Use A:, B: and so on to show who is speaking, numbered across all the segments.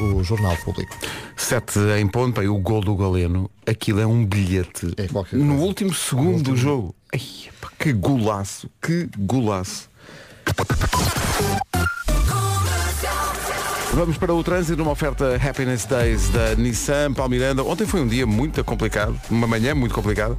A: o Jornal Público.
B: 7 em ponto, aí o gol do Galeno, aquilo é um bilhete.
A: É qualquer
B: no
A: coisa.
B: último segundo do jogo. Ai, epá, que golaço, que golaço. Vamos para o trânsito numa oferta Happiness Days da Nissan Palmiranda. Ontem foi um dia muito complicado, uma manhã muito complicada,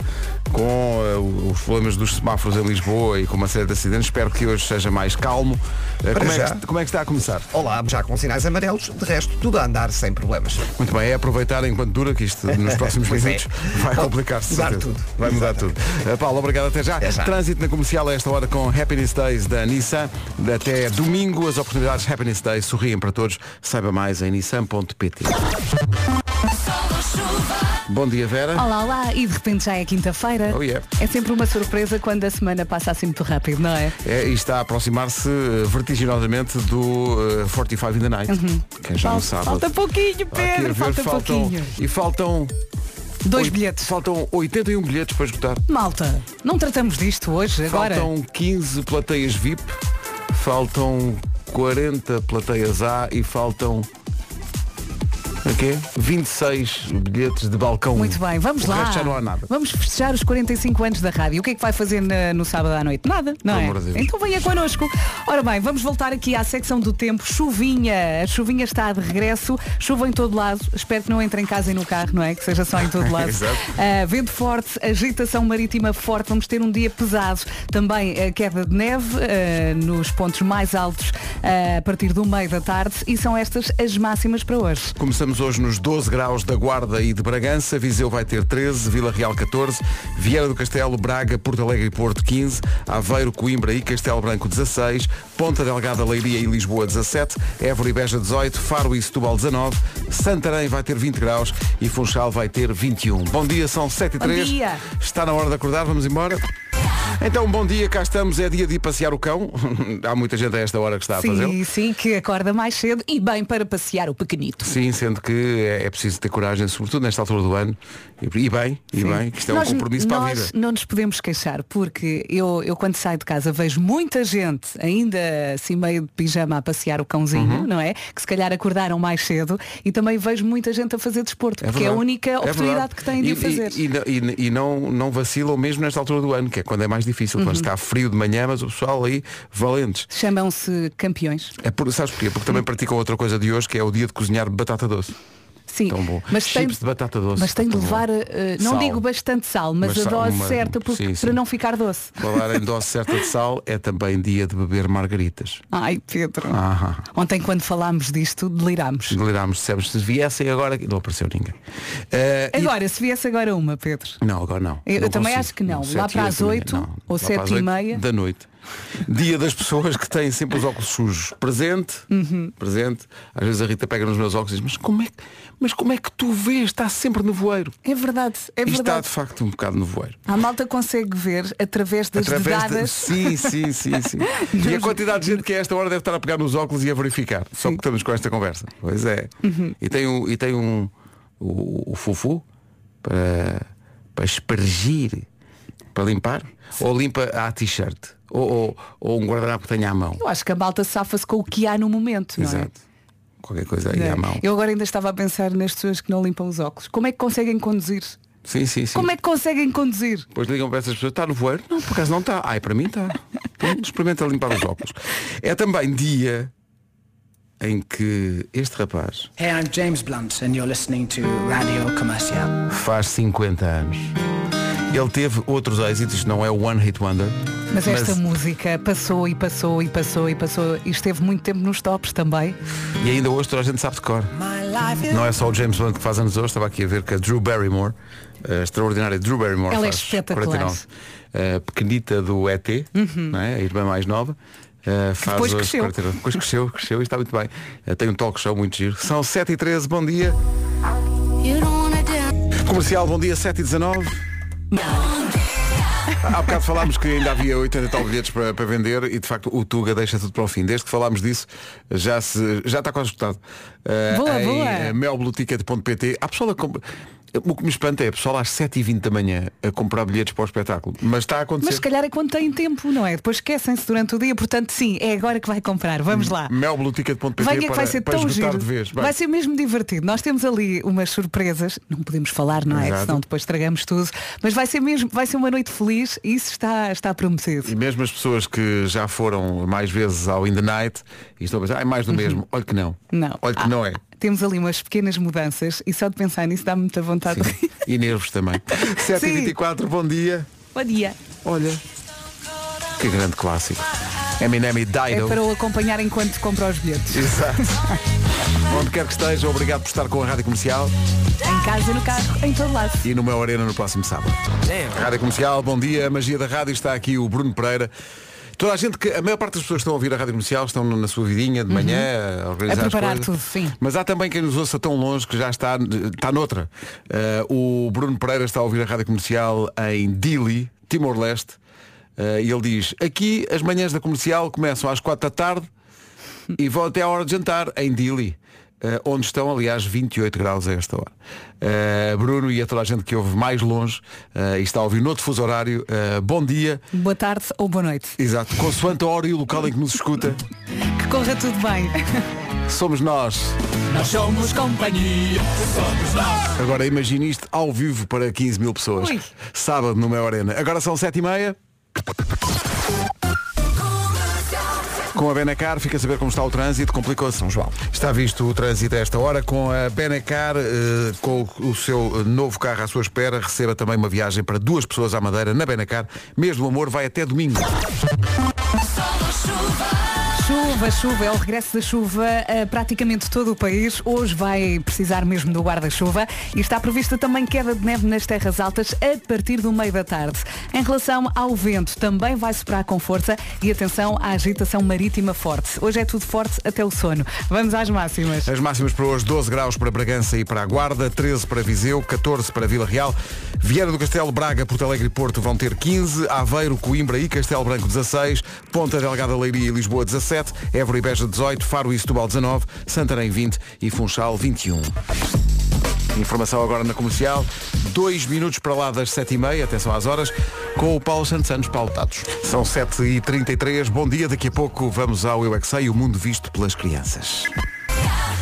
B: com eh, os problemas dos semáforos em Lisboa e com uma série de acidentes. Espero que hoje seja mais calmo. Eh,
C: Para
B: como, é
C: já.
B: que, como é que está a começar?
C: Olá, já com sinais amarelos, de resto tudo a andar sem problemas.
B: Muito bem, é aproveitar enquanto dura, que isto nos próximos
C: Pois é.
B: minutos vai
C: Pode
B: complicar-se. de
C: mudar
B: certeza.
C: tudo.
B: Vai mudar tudo. Uh, Paulo, obrigado até já.
C: Até já.
B: Trânsito na comercial a esta hora com Happiness Days da Nissan. Até domingo as oportunidades Happiness Days sorriem para todos. Saiba mais em nissan.pt. Bom dia, Vera.
D: Olá, olá, e de repente já é quinta-feira.
B: Oh, yeah.
D: É sempre uma surpresa quando a semana passa assim muito rápido, não é?
B: É, e está a aproximar-se eh, vertiginosamente do eh, 45 in the Night. Quem já não sabe.
D: Uhum. Falta pouquinho,
B: Há que
D: Pedro,
B: ver,
D: falta um
B: faltam-
D: pouquinho.
B: E faltam,
D: Dois
B: oit-
D: bilhetes.
B: faltam 81 bilhetes para esgotar.
D: Malta, não tratamos disto hoje, agora.
B: Faltam 15 plateias VIP, faltam 40 plateias A e faltam o quê? 26 bilhetes de balcão.
D: Muito bem, vamos
B: o
D: lá.
B: resto já não há nada.
D: Vamos festejar os 45 anos da rádio. O que é que vai fazer na- no sábado à noite? Nada, não
B: Pelo
D: é?
B: amor de Deus.
D: Então venha connosco. Ora bem, vamos voltar aqui à secção do tempo. Chuvinha. A chuvinha está de regresso. Chuva em todo lado. Espero que não entre em casa e no carro, não é? Que seja só em todo lado.
B: Exato.
D: Ah, vento forte, agitação marítima forte. Vamos ter um dia pesado. Também a queda de neve ah, nos pontos mais altos ah, a partir do meio da tarde. E são estas as máximas para hoje.
B: Começamos hoje nos 12 graus da Guarda e de Bragança, Viseu vai ter 13, Vila Real 14, Vieira do Castelo, Braga, Porto Alegre e Porto 15, Aveiro, Coimbra e Castelo Branco 16, Ponta Delgada, Leiria e Lisboa 17, Évora e Beja 18, Faro e Setúbal 19, Santarém vai ter 20 graus e Funchal vai ter 21. Bom dia, são 7 e
D: Bom
B: 3.
D: dia.
B: Está na hora de acordar, vamos embora. Então, bom dia, cá estamos, é dia de ir passear o cão. Há muita gente a esta hora que está a fazer.
D: Sim, sim, que acorda mais cedo e bem para passear o pequenito.
B: Sim, sendo que é, é preciso ter coragem, sobretudo nesta altura do ano. E, e bem, e bem, que isto é um compromisso para a
D: nós
B: vida.
D: não nos podemos queixar, porque eu, eu quando saio de casa vejo muita gente ainda assim meio de pijama a passear o cãozinho,
B: Uhum.
D: não é? Que se calhar acordaram mais cedo e também vejo muita gente a fazer desporto, porque é a
B: verdade.
D: única oportunidade
B: verdade.
D: que têm de
B: E-
D: o fazer.
B: E, e- e- e não, não vacilam mesmo nesta altura do ano, que é quando é mais difícil,
D: Uhum.
B: quando está frio de manhã, mas o pessoal aí valentes.
D: Chamam-se campeões.
B: É por, sabes porquê? Porque também praticam outra coisa de hoje, que é o dia de cozinhar batata doce.
D: Sim,
B: Tão bom.
D: mas tem,
B: Chips de batata doce.
D: mas tem de
B: Tão bom.
D: levar, eh, não
B: Sal.
D: digo bastante sal, mas,
B: Mas
D: a
B: sal,
D: dose
B: uma-
D: certa porque,
B: sim, sim.
D: para não ficar doce.
B: Falar em dose certa de sal é também dia de beber margaritas. Ah,
D: Ai, Pedro.
B: Aham.
D: Ontem quando falámos disto, delirámos.
B: Delirámos, dissemos, se viessem agora, aqui", não apareceu ninguém. Eh, e-
D: Agora, se viesse agora uma, Pedro.
B: Não, agora não.
D: Eu
B: Não
D: também
B: consigo.
D: acho que não.
B: sete
D: Lá para
B: e
D: as
B: da manhã.
D: oito,
B: Não,
D: ou
B: lá para as
D: sete e
B: oito
D: meia.
B: Da noite. Dia das pessoas que têm sempre os óculos sujos. Presente,
D: Uhum.
B: presente. Às vezes a Rita pega nos meus óculos e diz, mas como é que, mas como é que tu vês? Está sempre no voeiro.
D: É verdade, é
B: e está de
D: verdade.
B: facto um bocado no voeiro.
D: A malta consegue ver através das
B: Através de...
D: dedadas.
B: Sim, sim, sim, sim. e a quantidade de gente que a esta hora deve estar a pegar nos óculos e a verificar. Só que estamos com esta conversa. Pois é.
D: Uhum.
B: E tem um, e tem um o, o fufu para, para espargir, para limpar. Ou limpa a t-shirt. Ou, ou, ou um guardanapo que tenha à mão.
D: Eu acho que a malta safa-se com o que há no momento, não é?
B: Exato. Qualquer coisa aí
D: Não é?
B: à mão.
D: Eu agora ainda estava a pensar nas pessoas que não limpam os óculos. Como é que conseguem conduzir?
B: Sim, sim, sim.
D: Como é que conseguem conduzir?
B: Depois ligam para essas pessoas, está no voeiro? Não, por acaso não está. Ai, para mim está. Então experimenta limpar os óculos. É também dia em que este rapaz
E: Hey, I'm James Blunt, and you're listening to Radio Comercial.
B: faz 50 anos. Ele teve outros êxitos, não é o One Hit Wonder.
D: Mas esta música passou e passou e passou e passou e esteve muito tempo nos tops também.
B: E ainda hoje toda a gente sabe de cor.
E: My life is
B: Não é só o James Blunt que faz anos hoje, estava aqui a ver que a Drew Barrymore, a extraordinária Drew Barrymore,
D: Ela é
B: faz
D: espetacular. Uhum.
B: 49, a eh, pequenita do ET, não é? a irmã mais nova. uh, faz
D: depois
B: hoje
D: cresceu.
B: 49. Depois cresceu, cresceu e está muito bem. Uh, tem um talk show muito giro. São 7 e 13 bom dia. Comercial, bom dia, 7 e 19 Há bocado falámos que ainda havia 80 e tal bilhetes para, para vender e de facto o Tuga deixa tudo para o fim. Desde que falámos disso, já, se, já está quase esgotado. Eh,
D: Boa,
B: em
D: boa.
B: eh, melbluticket.pt. Há pessoal a comprar. O que me espanta é pessoal às 7h20 da manhã a comprar bilhetes para o espetáculo. Mas está a acontecer.
D: Mas se calhar é quando têm tempo, não é? Depois esquecem-se durante o dia, portanto sim, é agora que vai comprar. Vamos lá.
B: melbluticket.pt
D: Venha que
B: para-
D: vai ser
B: para
D: tão
B: esgotar
D: giro.
B: de vez. Vai.
D: Vai ser mesmo divertido. Nós temos ali umas surpresas, não podemos falar, não é?
B: Exato.
D: Que Senão depois estragamos tudo. Mas vai ser mesmo, vai ser uma noite feliz e isso está, está prometido.
B: E mesmo as pessoas que já foram mais vezes ao In the Night e estão a pensar, ah, é mais do mesmo. Olha que não.
D: Uhum. Não.
B: Olha que
D: Ah,
B: não é.
D: Temos ali umas pequenas mudanças e só de pensar nisso dá muita vontade de
B: Sim.
D: rir.
B: E nervos também. 7h24, bom dia.
D: Bom dia.
B: Olha. Que grande clássico. Eminem e
D: É
B: Dido.
D: para o acompanhar enquanto compra os bilhetes.
B: Exato. Onde quer que esteja, obrigado por estar com a Rádio Comercial
D: Em casa, no carro, em todo lado.
B: e no meu Arena no próximo sábado. Rádio Comercial, bom dia. A magia da rádio está aqui o Bruno Pereira. Toda a gente que a maior parte das pessoas que estão a ouvir a Rádio Comercial estão na sua vidinha de manhã a organizar
D: Uhum. A preparar
B: as coisas.
D: tudo, sim.
B: Mas há também quem nos ouça tão longe que já está, está noutra. Eh, o Bruno Pereira está a ouvir a Rádio Comercial em Dili, Timor-Leste, eh, e ele diz, aqui as manhãs da comercial começam às 4 da tarde e vão até à hora de jantar em Dili. eh, onde estão, aliás, 28 graus a esta hora. Eh, Bruno e a toda a gente que ouve mais longe eh, e está a ouvir noutro fuso horário, eh, bom dia.
D: Boa tarde ou boa noite.
B: Exato, consoante a hora e o local em que nos escuta,
D: Que corra tudo bem.
B: somos nós.
D: Nós somos companhia.
B: Agora imagine isto ao vivo para 15 mil pessoas.
D: Ui.
B: Sábado no Mel Arena. Agora são 7 e meia. Com a Benacar, fica a saber como está o trânsito, complicou-se. São João. Está visto o trânsito a esta hora. Com a Benacar, eh, com o seu novo carro à sua espera, receba também uma viagem para duas pessoas à Madeira na Benacar. Mesmo o amor vai até domingo.
D: Chuva, chuva, é o regresso da chuva a praticamente todo o país. Hoje vai precisar mesmo do guarda-chuva e está prevista também queda de neve nas terras altas a partir do meio da tarde. Em relação ao vento, também vai soprar com força e atenção à agitação marítima forte. Hoje é tudo forte até o sono. Vamos às máximas.
B: As máximas para hoje, 12 graus para Bragança e para a Guarda, 13 para Viseu, 14 para Vila Real, Vieira do Castelo, Braga, Porto Alegre e Porto vão ter 15, Aveiro, Coimbra e Castelo Branco 16, Ponta Delgada, Leiria e Lisboa 17, Évora e Beja 18, Faro e Setúbal 19, Santarém 20 e Funchal 21. Informação agora na comercial, dois minutos para lá das 7h30, atenção às horas, com o Paulo Santos Santos Paulo Tatos. São 7h33, bom dia, daqui a pouco vamos ao Eu É Que Sei, o mundo visto pelas crianças.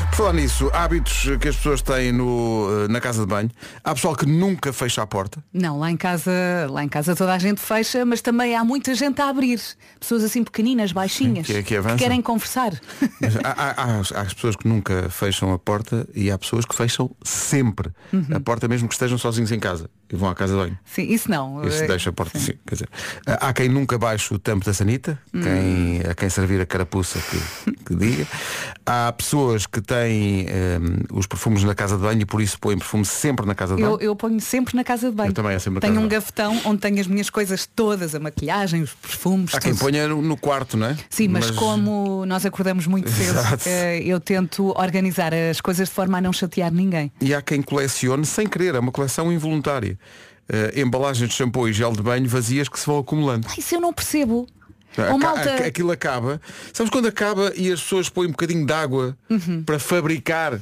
B: Por falar nisso, hábitos que as pessoas têm no, eh, na casa de banho. Há pessoal que nunca fecha a porta.
D: Não, lá em casa, lá em casa toda a gente fecha, mas também há muita gente a abrir. Pessoas assim pequeninas, baixinhas,
B: Sim, é que- que avançam.
D: querem conversar.
B: Mas há, há- há as- há as pessoas que nunca fecham a porta e há pessoas que fecham sempre
D: Uhum.
B: a porta, mesmo que estejam sozinhos em casa e vão à casa de banho.
D: Sim, isso não.
B: Isso
D: Eh,
B: deixa a porta assim. Quer dizer, há quem nunca baixe o tampo da sanita, quem,
D: Hum.
B: a quem servir a carapuça que, que diga. Há pessoas que têm eh, os perfumes na casa de banho e por isso põem perfume sempre na casa de banho.
D: Eu, eu ponho sempre na casa de banho.
B: Tá Eu também, é sempre na
D: Tenho
B: casa
D: um
B: de banho.
D: gafetão onde tenho as minhas coisas todas, a maquilhagem, os perfumes.
B: Há quem
D: tudo.
B: ponha no, no quarto, não é?
D: Sim, mas, como nós acordamos muito cedo,
B: Exato.
D: eh, eu tento organizar as coisas de forma a não chatear ninguém.
B: e há quem colecione sem querer, é uma coleção involuntária. Eh, embalagens de shampoo e gel de banho vazias que se vão acumulando.
D: Ah, Isso eu não percebo.
B: Aca-
D: Oh, malta,
B: aca- Aquilo acaba. Sabes quando acaba e as pessoas põem um bocadinho de água para fabricar eh,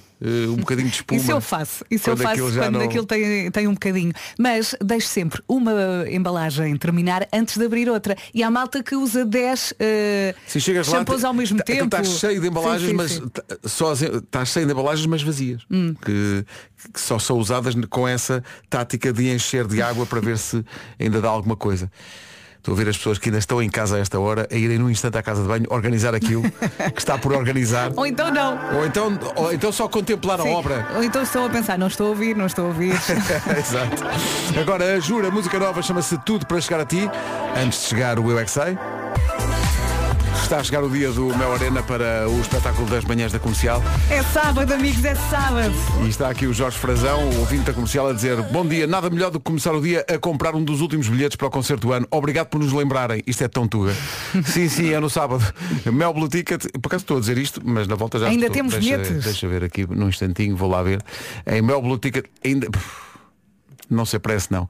B: um bocadinho de espuma?
D: Isso Uhum. eu faço, isso
B: Quando
D: eu faço
B: aquilo já
D: quando
B: não-
D: aquilo tem, tem um bocadinho. Mas deixo sempre uma embalagem terminar antes de abrir outra. E há malta que usa 10 eh,
B: Se chegas lá,
D: shampoos ao mesmo
B: tá- aquilo
D: tempo.
B: Está cheio de embalagens,
D: Sim, sim,
B: mas
D: sim. Hum.
B: tá- só está cheio de embalagens mas vazias. Que, que só são usadas com essa tática de encher de água para ver se ainda dá alguma coisa. Estou a ver as pessoas que ainda estão em casa a esta hora a irem num instante à casa de banho organizar aquilo que está por organizar.
D: Ou então não.
B: Ou então, ou então só contemplar a
D: Sim.
B: obra.
D: Ou então estou a pensar, não estou a ouvir, não estou a ouvir.
B: Exato. Agora a Jura, música nova, chama-se Tudo para Chegar a Ti, antes de chegar o Eu É Que Sei. Está a chegar o dia do Mel Arena para o espetáculo das manhãs da comercial
D: é sábado, amigos, é sábado.
B: e está aqui o Jorge Frazão, o ouvinte da comercial, a dizer Bom dia, nada melhor do que começar o dia a comprar um dos últimos bilhetes para o concerto do ano. Obrigado por nos lembrarem. Isto é tão tuga. sim, sim, é no sábado. Mel Blue Ticket, por acaso estou a dizer isto, mas na volta já
D: Ainda
B: estou-
D: temos
B: deixa,
D: bilhetes.
B: Deixa ver aqui num instantinho, vou lá ver. Em Mel Blue Ticket ainda. Não se apresse não.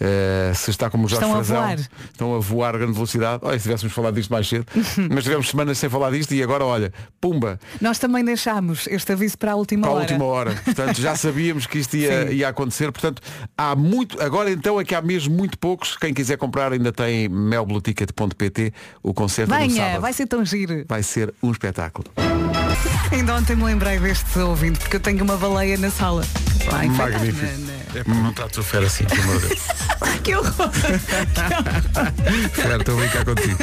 B: Eh, se está como o Jorge
D: Estão a
B: Frazão,
D: voar.
B: estão a voar a grande velocidade. Olha, se tivéssemos falado disto mais cedo, mas tivemos semanas sem falar disto e agora, olha, pumba,
D: Nós também deixámos este aviso para a última
B: para a
D: hora.
B: última hora. Portanto, já sabíamos que isto ia, ia acontecer. Portanto, há muito. Agora então é que há mesmo muito poucos. Quem quiser comprar ainda tem melbluticket.pt o concerto é no
D: Venha,
B: sábado.
D: vai ser tão giro.
B: Vai ser um espetáculo.
D: Ainda ontem me lembrei deste ouvinte, porque eu tenho uma baleia na sala. Lá enfeitada
B: Magnífico.
D: na- na-
A: É para não está a trofer assim, pelo amor de Deus.
D: Que horror!
B: Claro, estou a brincar contigo.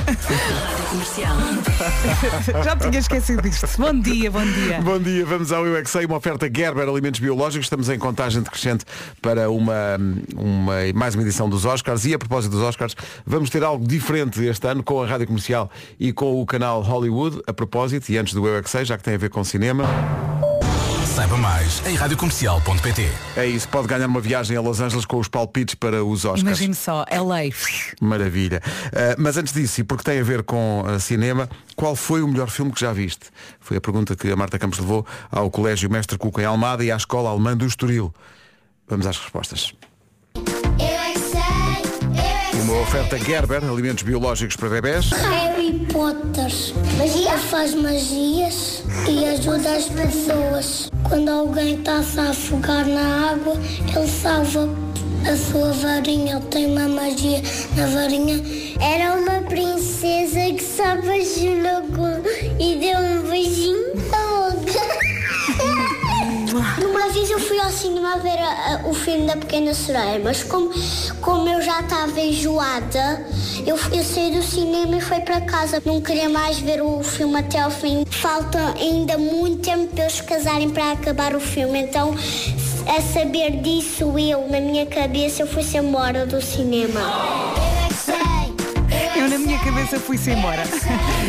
D: Já me tinha esquecido disto. Bom dia, bom dia.
B: Bom dia, vamos ao UXA, uma oferta Gerber Alimentos Biológicos. Estamos em contagem decrescente para uma, uma, mais uma edição dos Oscars. E a propósito dos Oscars, vamos ter algo diferente este ano com a Rádio Comercial e com o canal Hollywood. A propósito, e antes do UXA, já que tem a ver com cinema,
A: Saiba mais em radiocomercial.pt
B: é isso, pode ganhar uma viagem a Los Angeles com os palpites para os Oscars.
D: Imagino só, é LA.
B: Maravilha. Uh, mas antes disso, e porque tem a ver com uh, cinema, qual foi o melhor filme que já viste? Foi a pergunta que a Marta Campos levou ao Colégio Mestre Cuca em Almada e à Escola Alemã do Estoril. Vamos às respostas.
F: Eu é que sei, eu é que
B: Uma oferta Gerber, alimentos biológicos para bebés.
F: Harry Potter. Magia. Ele faz magias e ajuda as pessoas. Quando alguém está-se a afogar na água, ele salva a sua varinha. Ele tem uma magia na varinha. Era uma princesa que se apaixonou com... e deu um beijinho na boca. Uma vez eu fui ao cinema ver a- a- o filme da Pequena Sereia, mas como, como eu já estava enjoada, eu, fui- eu saí do cinema e fui para casa. Não queria mais ver o filme até ao fim. Falta ainda muito tempo para eles casarem para acabar o filme, então a saber disso eu, na minha cabeça, eu fui-se embora do cinema. Eu é que sei,
D: Eu na minha cabeça fui-se embora.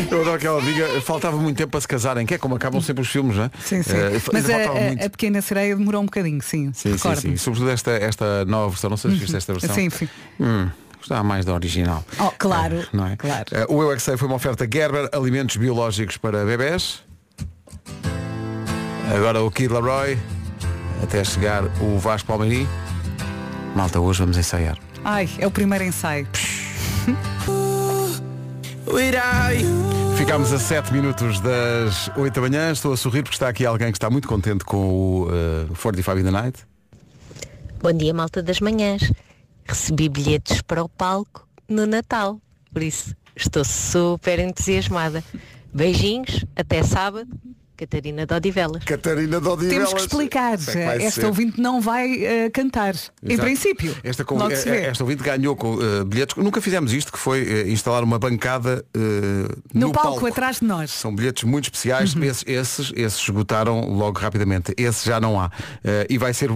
B: Eu adoro que ela diga, faltava muito tempo para se casarem, que é como acabam sempre os filmes, não é?
D: Sim, sim.
B: Eh, fa-
D: Mas
B: ainda
D: a,
B: faltava muito.
D: a- a pequena sereia demorou um bocadinho, sim.
B: Sim, sim,
D: recordo-me.
B: sim.
D: Uhum.
B: Sobretudo esta, esta nova versão, não sei se viste esta versão.
D: Sim, sim.
B: Hum, gostava mais da original.
D: Oh, claro,
B: Eh, não é?
D: claro.
B: Eh, o Eu é Que Sei foi uma oferta Gerber, alimentos biológicos para bebés. Agora o Kid Laroi, até chegar o Vasco Palmeirim. Malta, hoje vamos ensaiar.
D: Ai, é o primeiro ensaio.
B: Ficámos a 7 minutos das 8 da manhã. Estou a sorrir porque está aqui alguém que está muito contente com o eh, 45 in the Night.
G: Bom dia, malta das manhãs. Recebi bilhetes para o palco no Natal, por isso estou super entusiasmada. Beijinhos, até sábado. Catarina Dodivelas.
B: Catarina Dodivelas.
D: Temos que explicar. eh,
B: Como é que vai
D: Esta
B: ser?
D: ouvinte não vai eh, cantar. Em
B: Exato.
D: princípio.
B: Esta, com, é-
D: logo se vê.
B: esta ouvinte ganhou com eh, bilhetes. Nunca fizemos isto, que foi eh, instalar uma bancada eh,
D: no,
B: no,
D: palco, atrás Uhum. de nós.
B: São bilhetes muito especiais, esses, esses, esses esgotaram logo rapidamente. Esse já não há. Eh, e vai ser,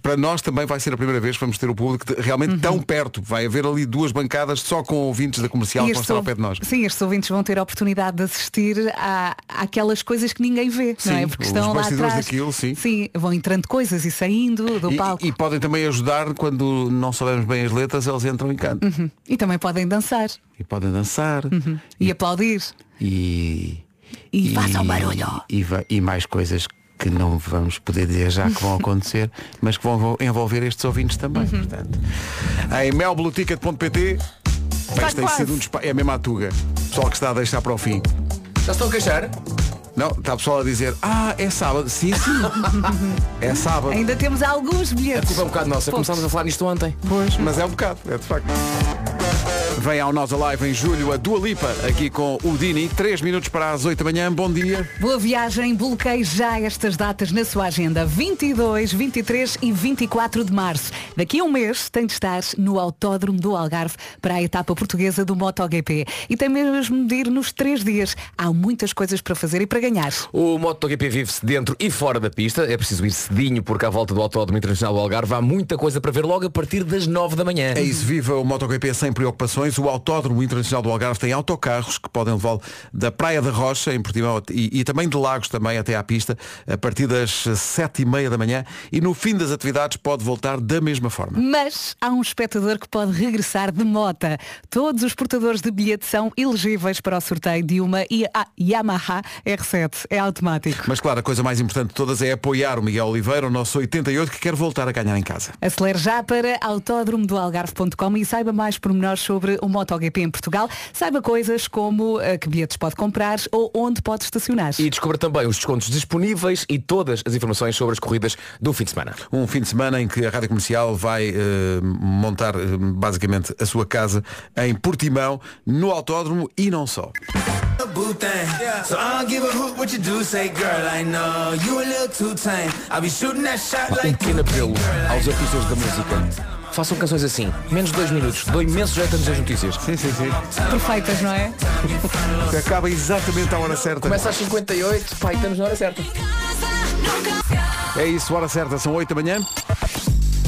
B: para nós também vai ser a primeira vez que vamos ter o público de- realmente
D: Uhum.
B: tão perto. Vai haver ali duas bancadas só com ouvintes da comercial que
D: E
B: vão
D: estes
B: estar ao
D: ou-
B: pé de nós.
D: Sim, estes ouvintes vão ter a oportunidade de assistir à, àquelas coisas que ninguém vê, não
B: Sim,
D: é? Porque
B: os
D: estão lá
B: bastidores
D: atrás.
B: daquilo, sim.
D: vão entrando coisas e saindo do
B: E,
D: palco.
B: e
D: E,
B: podem também ajudar quando não soubermos bem as letras, eles entram em canto.
D: Uhum. também podem dançar
B: E podem dançar.
D: e, aplaudir.
B: E.
D: E façam barulho.
B: E, va- e mais coisas que não vamos poder dizer já que vão acontecer, mas que vão envolver estes ouvintes também.
D: Uhum.
B: Portanto, em melbluticket.pt bem, isto tem
D: quase.
B: sido um despa- É mesmo a Tuga. Pessoal que está a deixar para o fim.
A: Já estão a queixar?
B: Não, está o pessoal a dizer, ah, é sábado. Sim, sim. é sábado.
D: Ainda temos alguns bilhetes.
A: Culpa é um bocado nossa.
D: Poucos.
A: Começámos a falar nisto ontem.
B: Pois, mas é um bocado, é de facto. Vem ao Nós Alive em julho a Dua Lipa, aqui com o Dini. 3 minutos para as 8 da manhã. Bom dia.
D: Boa viagem, bloqueie já estas datas na sua agenda 22, 23 e 24 de março. Daqui a um mês tem de estar no Autódromo do Algarve para a etapa portuguesa do MotoGP. E tem mesmo de ir nos três dias. Há muitas coisas para fazer e para ganhar.
H: O MotoGP vive-se dentro e fora da pista. É preciso ir cedinho porque à volta do Autódromo Internacional do Algarve há muita coisa para ver logo a partir das 9 da manhã.
B: É isso, viva o MotoGP sem preocupações. aviões, o Autódromo Internacional do Algarve tem autocarros que podem levá-lo da Praia da Rocha, em Portimão, e, e também de Lagos também até à pista, a partir das sete e meia da manhã. E no fim das atividades pode voltar da mesma forma.
D: Mas há um espectador que pode regressar de mota. Todos os portadores de bilhete são elegíveis para o sorteio de uma IA Yamaha R7. É automático.
B: Mas claro, a coisa mais importante de todas é apoiar o Miguel Oliveira, o nosso 88, que quer voltar a ganhar em casa.
D: Acelere já para autódromodoalgarve.com e saiba mais pormenores sobre o MotoGP em Portugal. Saiba coisas como eh, que bilhetes pode comprar ou onde pode estacionar.
H: E descubra também os descontos disponíveis e todas as informações sobre as corridas do fim de semana.
B: Um fim de semana em que a Rádio Comercial vai eh, montar eh, basicamente a sua casa em Portimão, no Autódromo e não só.
H: Um pequeno apelo aos artistas da música. Façam canções assim, menos de dois minutos. Dou imenso jeito a dizer as notícias.
B: Sim, sim, sim.
D: Perfeitas, não é?
B: Acaba exatamente à hora certa.
H: Começa às 58, pai, estamos na hora certa.
B: É isso, hora certa, são 8 da manhã.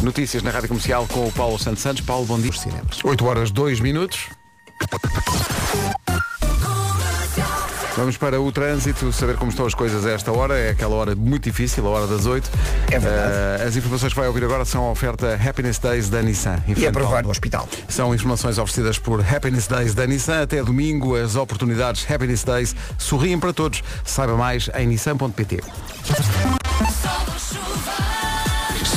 B: Notícias na Rádio Comercial com o Paulo Santos Santos. Paulo, bom dia. Os cinemas. 8 horas, 2 minutos. Vamos para o trânsito, saber como estão as coisas a esta hora. É aquela hora muito difícil, a hora das 8.
C: É verdade.
B: Ah, as informações que vai ouvir agora são a oferta Happiness Days da Nissan.
C: E é
H: é
B: Infante
H: Então.
C: aprovar
B: Paulo.
C: no hospital.
B: São informações oferecidas por Happiness Days da Nissan. Até domingo, as oportunidades Happiness Days sorriem para todos. Saiba mais em nissan.pt.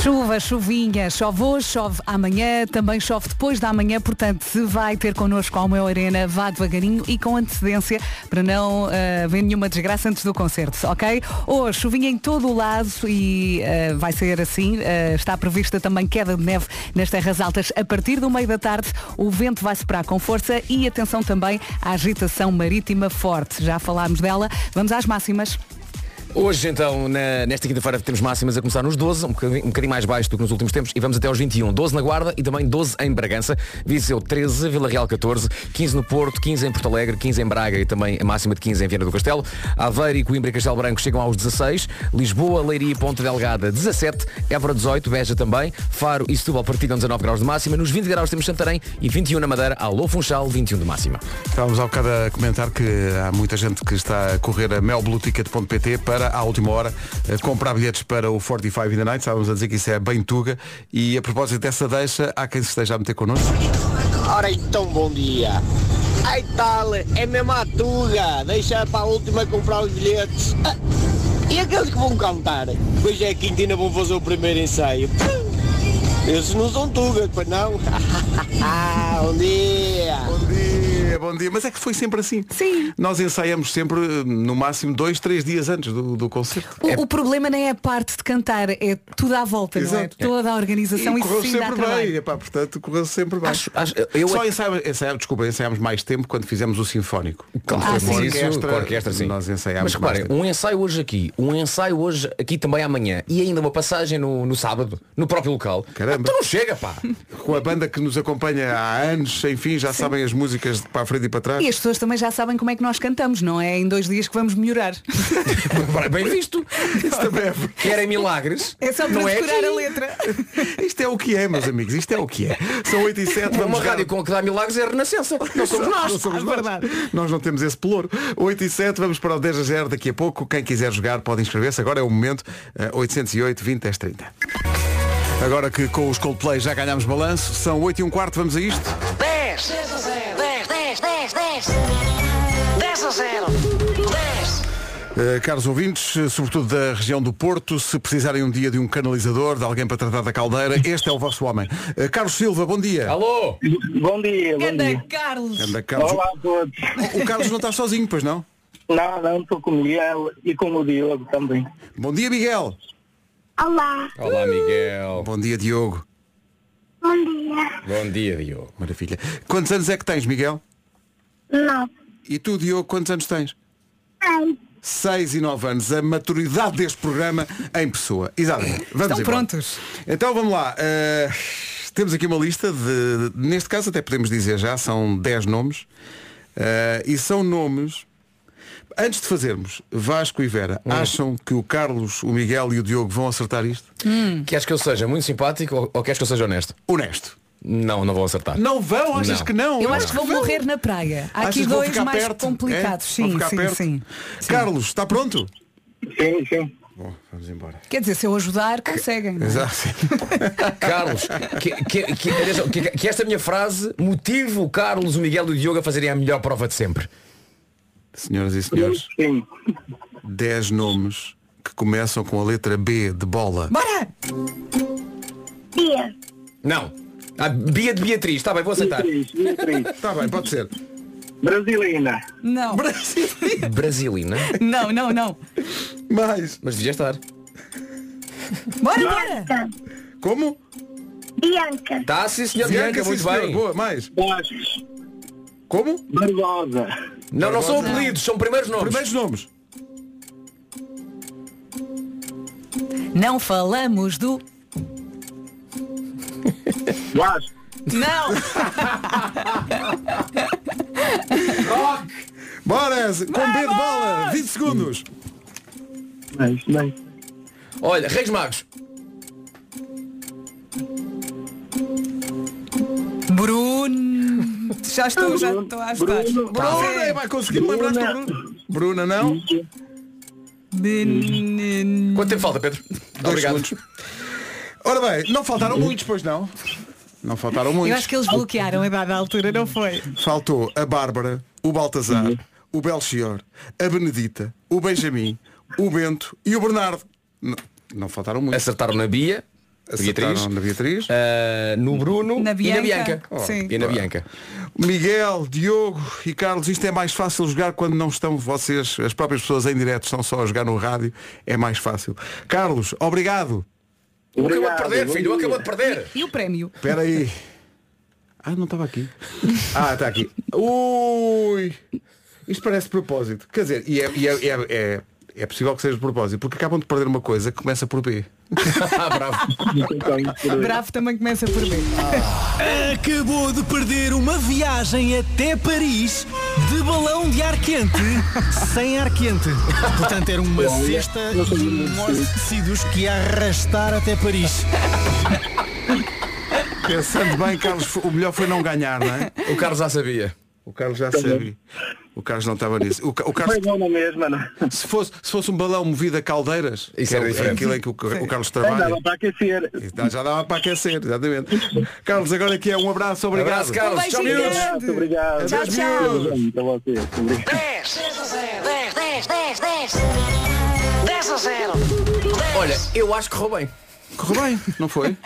D: Chuva, chuvinha, chove hoje, chove amanhã, também chove depois da manhã, portanto, se vai ter connosco ao meu arena, vá devagarinho e com antecedência para não eh, haver nenhuma desgraça antes do concerto, ok? Hoje, chuvinha em todo o lado e eh, vai ser assim, eh, está prevista também queda de neve nas terras altas a partir do meio da tarde, o vento vai soprar com força e atenção também à agitação marítima forte, já falámos dela, vamos às máximas.
H: Hoje então, na- nesta quinta-feira, temos máximas a começar nos 12, um bocadinho, um bocadinho mais baixo do que nos últimos tempos, e vamos até aos 21. 12 na Guarda e também 12 em Bragança, Viseu 13, Vila Real 14, 15 no Porto, 15 em Porto Alegre, 15 em Braga e também a máxima de 15 em Viana do Castelo. Aveiro e Coimbra e Castelo Branco chegam aos 16, Lisboa, Leiria e Ponte Delgada 17, Évora 18, Beja também, Faro e Setúbal partilham 19 graus de máxima, nos 20 graus temos Santarém e 21 na Madeira, Alô Funchal 21 de máxima.
B: Estávamos há bocado a comentar que há muita gente que está a correr a melbluticket.pt para, à última hora, eh, comprar bilhetes para o 45 in the Night. Estávamos a dizer que isso é bem tuga. E a propósito dessa deixa, há quem se esteja a meter connosco.
I: Ora então, bom dia. Ai tal, é mesmo a tuga. Deixa para a última comprar os bilhetes. Ah, e aqueles que vão cantar? Pois é, que ainda vão fazer o primeiro ensaio. Esses não são tugas, pois não? bom dia.
B: Bom dia, bom dia. Mas é que foi sempre assim.
D: Sim.
B: Nós ensaiamos sempre, eh, no máximo, dois, três dias antes do, do concerto.
D: O, o problema nem é a parte de cantar, é tudo à volta, não é?
B: Exato.
D: Toda a organização,
B: e
D: isso
B: correu
D: sim dá
B: sempre bem,
D: trabalho.
B: Epá, portanto correu sempre bem.
H: Acho- acho- eu- é
B: Só ensaiámos, ensaiámos, desculpa, ensaiámos mais tempo quando fizemos o sinfónico.
H: Claro, foi
D: Ah, sim.
H: isso,
B: Orquestra,
H: com a orquestra, sim.
B: nós ensaiámos
H: Mas reparem,
B: mais tempo.
H: um ensaio hoje aqui, um ensaio hoje aqui também amanhã e ainda uma passagem no, no sábado, no próprio local.
B: Caramba.
H: Então não chega, pá!
B: Com a banda que nos acompanha há anos, enfim, já sabem as músicas de para a frente e para trás.
D: E as pessoas também já sabem como é que nós cantamos, não é? Em dois dias que vamos melhorar.
H: Ora, Bem visto!
B: Isso também é verdade.
H: Querem milagres?
D: É só para
H: não é?
D: decorar a letra.
B: Isto é o que é, meus amigos, isto é o que é. São 8 e 7,
H: Uma
B: vamos jogar-
H: rádio com que dá milagres é a renascença. Não somos nós. é
B: Não somos nós. Nós não temos esse pelouro. 8 e 7, vamos para o 10 a 0 daqui a pouco. Quem quiser jogar pode inscrever-se. Agora é o momento. eh, 808 20 10 30. Agora que com os Coldplay já ganhámos balanço, são 8 e um quarto, vamos a isto.
J: 10 10 10 10 10 10 a 0 10
B: Uh, caros ouvintes, uh, sobretudo da região do Porto, se precisarem um dia de um canalizador, de alguém para tratar da caldeira, este é o vosso homem. Uh, Carlos Silva, bom dia.
H: Alô!
I: Bom dia, É, bom
D: Anda, Carlos!
B: Anda, Carlos.
I: a todos.
B: O Carlos não está sozinho, pois não?
I: Não, não estou com o
K: é
I: Miguel e com o Diogo também.
B: Bom dia, Miguel.
F: Olá,
H: Olá Miguel.
B: Bom dia, Diogo.
F: bom dia.
H: Bom dia, Diogo.
B: Maravilha. Quantos anos é que tens, Miguel?
F: Não,
B: E tu, Diogo, quantos anos tens?
F: ai,
B: 6 e 9 anos. A maturidade deste programa em pessoa. Exatamente. Vamos
D: Estão
B: embora.
D: prontos?
B: Então vamos lá. Uh, temos aqui uma lista de, neste caso até podemos dizer já, são 10 nomes. Uh, e são nomes. Antes de fazermos, Vasco e Vera, acham que o Carlos, o Miguel e o Diogo vão acertar isto?
H: Queres que eu seja muito simpático ou, ou queres que eu seja honesto?
B: Honesto.
H: Não, não vão acertar.
B: Não vão? Achas que não?
D: Eu acho que vou morrer na praia. Há aqui
B: Achas que vão
D: dois
B: ficar
D: mais
B: perto?
D: complicados.
B: É? Vão
D: Sim,
B: ficar
D: sim,
B: perto?
D: sim.
B: Carlos, está pronto?
I: Sim, sim.
B: Bom, vamos embora.
D: Quer dizer, se eu ajudar, conseguem. não é?
B: Exato.
H: Carlos, que, que- que- atenção, que- que esta é minha frase motive o Carlos, o Miguel e o Diogo a fazerem a melhor prova de sempre.
B: Senhoras e senhores,
I: Sim.
B: 10 nomes que começam com a letra B de bola.
D: Bora!
F: Bia,
H: Não. A Bia de Beatriz, está bem, vou aceitar. Tá
I: Beatriz, Beatriz.
B: Está bem, pode ser.
I: Brasilina.
D: Não.
H: Brasilina.
D: Não, não, não.
B: Mais.
H: Mas devia estar.
D: Bora, bora!
B: Como?
F: Bianca,
H: Tá, sim, senhor
B: Bianca,
H: Bianca,
B: sim,
H: muito
B: senhor.
H: bem.
B: Boa, mais.
I: Borges.
B: Como?
I: Barbosa.
H: Não, não são apelidos, são primeiros nomes.
B: Primeiros nomes.
D: Não falamos do.
I: Vasco.
D: Não!
B: Bora, Eze, com B de bola. 20 segundos.
I: Bem, bem.
H: Olha, Reis Magos.
D: Bruno! Já estou, já estou a ajudar.
I: Bruno,
H: Tá.
B: Bruna, é, vai conseguir Um me lembrar do Bruno. Bruna, não?
D: Menino.
H: Quanto tempo falta, Pedro? Obrigado.
B: Ora bem, não faltaram muitos, pois não? Não faltaram
D: Eu
B: muitos.
D: acho que eles bloquearam a dada altura, não foi?
B: Faltou a Bárbara, o Baltazar, o Belchior, a Benedita, o Benjamin, o Bento e o Bernardo. N- Não, faltaram muitos.
H: Acertaram na Bia. Beatriz.
B: Acertaram na Beatriz.
H: ah, no
B: Oh,
H: Bruno
D: Na
H: e na
D: Bianca.
H: Bianca.
D: Sim.
H: E na Bianca.
B: Miguel, Diogo e Carlos, isto é mais fácil jogar quando não estão vocês, as próprias pessoas em direto, estão só a jogar no rádio, é mais fácil. Carlos, obrigado.
H: Acabou de
I: Obrigado,
H: perder,
I: bom
H: filho,
I: dia.
H: acabou de perder.
D: E o prémio?
B: Espera aí. Ah, não estava aqui. Ah, está aqui. Ui! Isto parece de propósito. Quer dizer, e é, e é- é- é- é possível que seja de propósito, porque acabam de perder uma coisa que começa por B.
H: Ah, bravo.
D: Bravo também começa por mim.
L: Acabou de perder uma viagem até Paris de balão de ar quente sem ar quente. Portanto, era uma cesta e um monte de tecidos que ia arrastar até Paris.
B: Pensando bem, Carlos, o melhor foi não ganhar, não é?
H: O Carlos já sabia.
B: O Carlos já sabia. O Carlos não estava nisso. O, Ca- o Carlos,
I: Foi bom na mesma, não? é?
B: se fosse, se fosse um balão movido a caldeiras,
H: Isso
B: que é
H: era
B: o-
H: diferente.
B: aquilo em que o, Ca- o Carlos trabalha.
I: Andava para aquecer.
B: Então Já dava para aquecer, exatamente. Carlos, agora aqui é um abraço, obrigado.
H: Abraço, Carlos.
D: Um
H: Tchau,
D: beijinho
H: miúdos.
D: grande.
I: Muito obrigado.
D: Tchau, tchau.
I: Muito obrigado a vocês.
J: 10, 10, 10, 10, 10, 10 a 0.
H: Olha, eu acho que roubei.
B: Correu bem, não foi?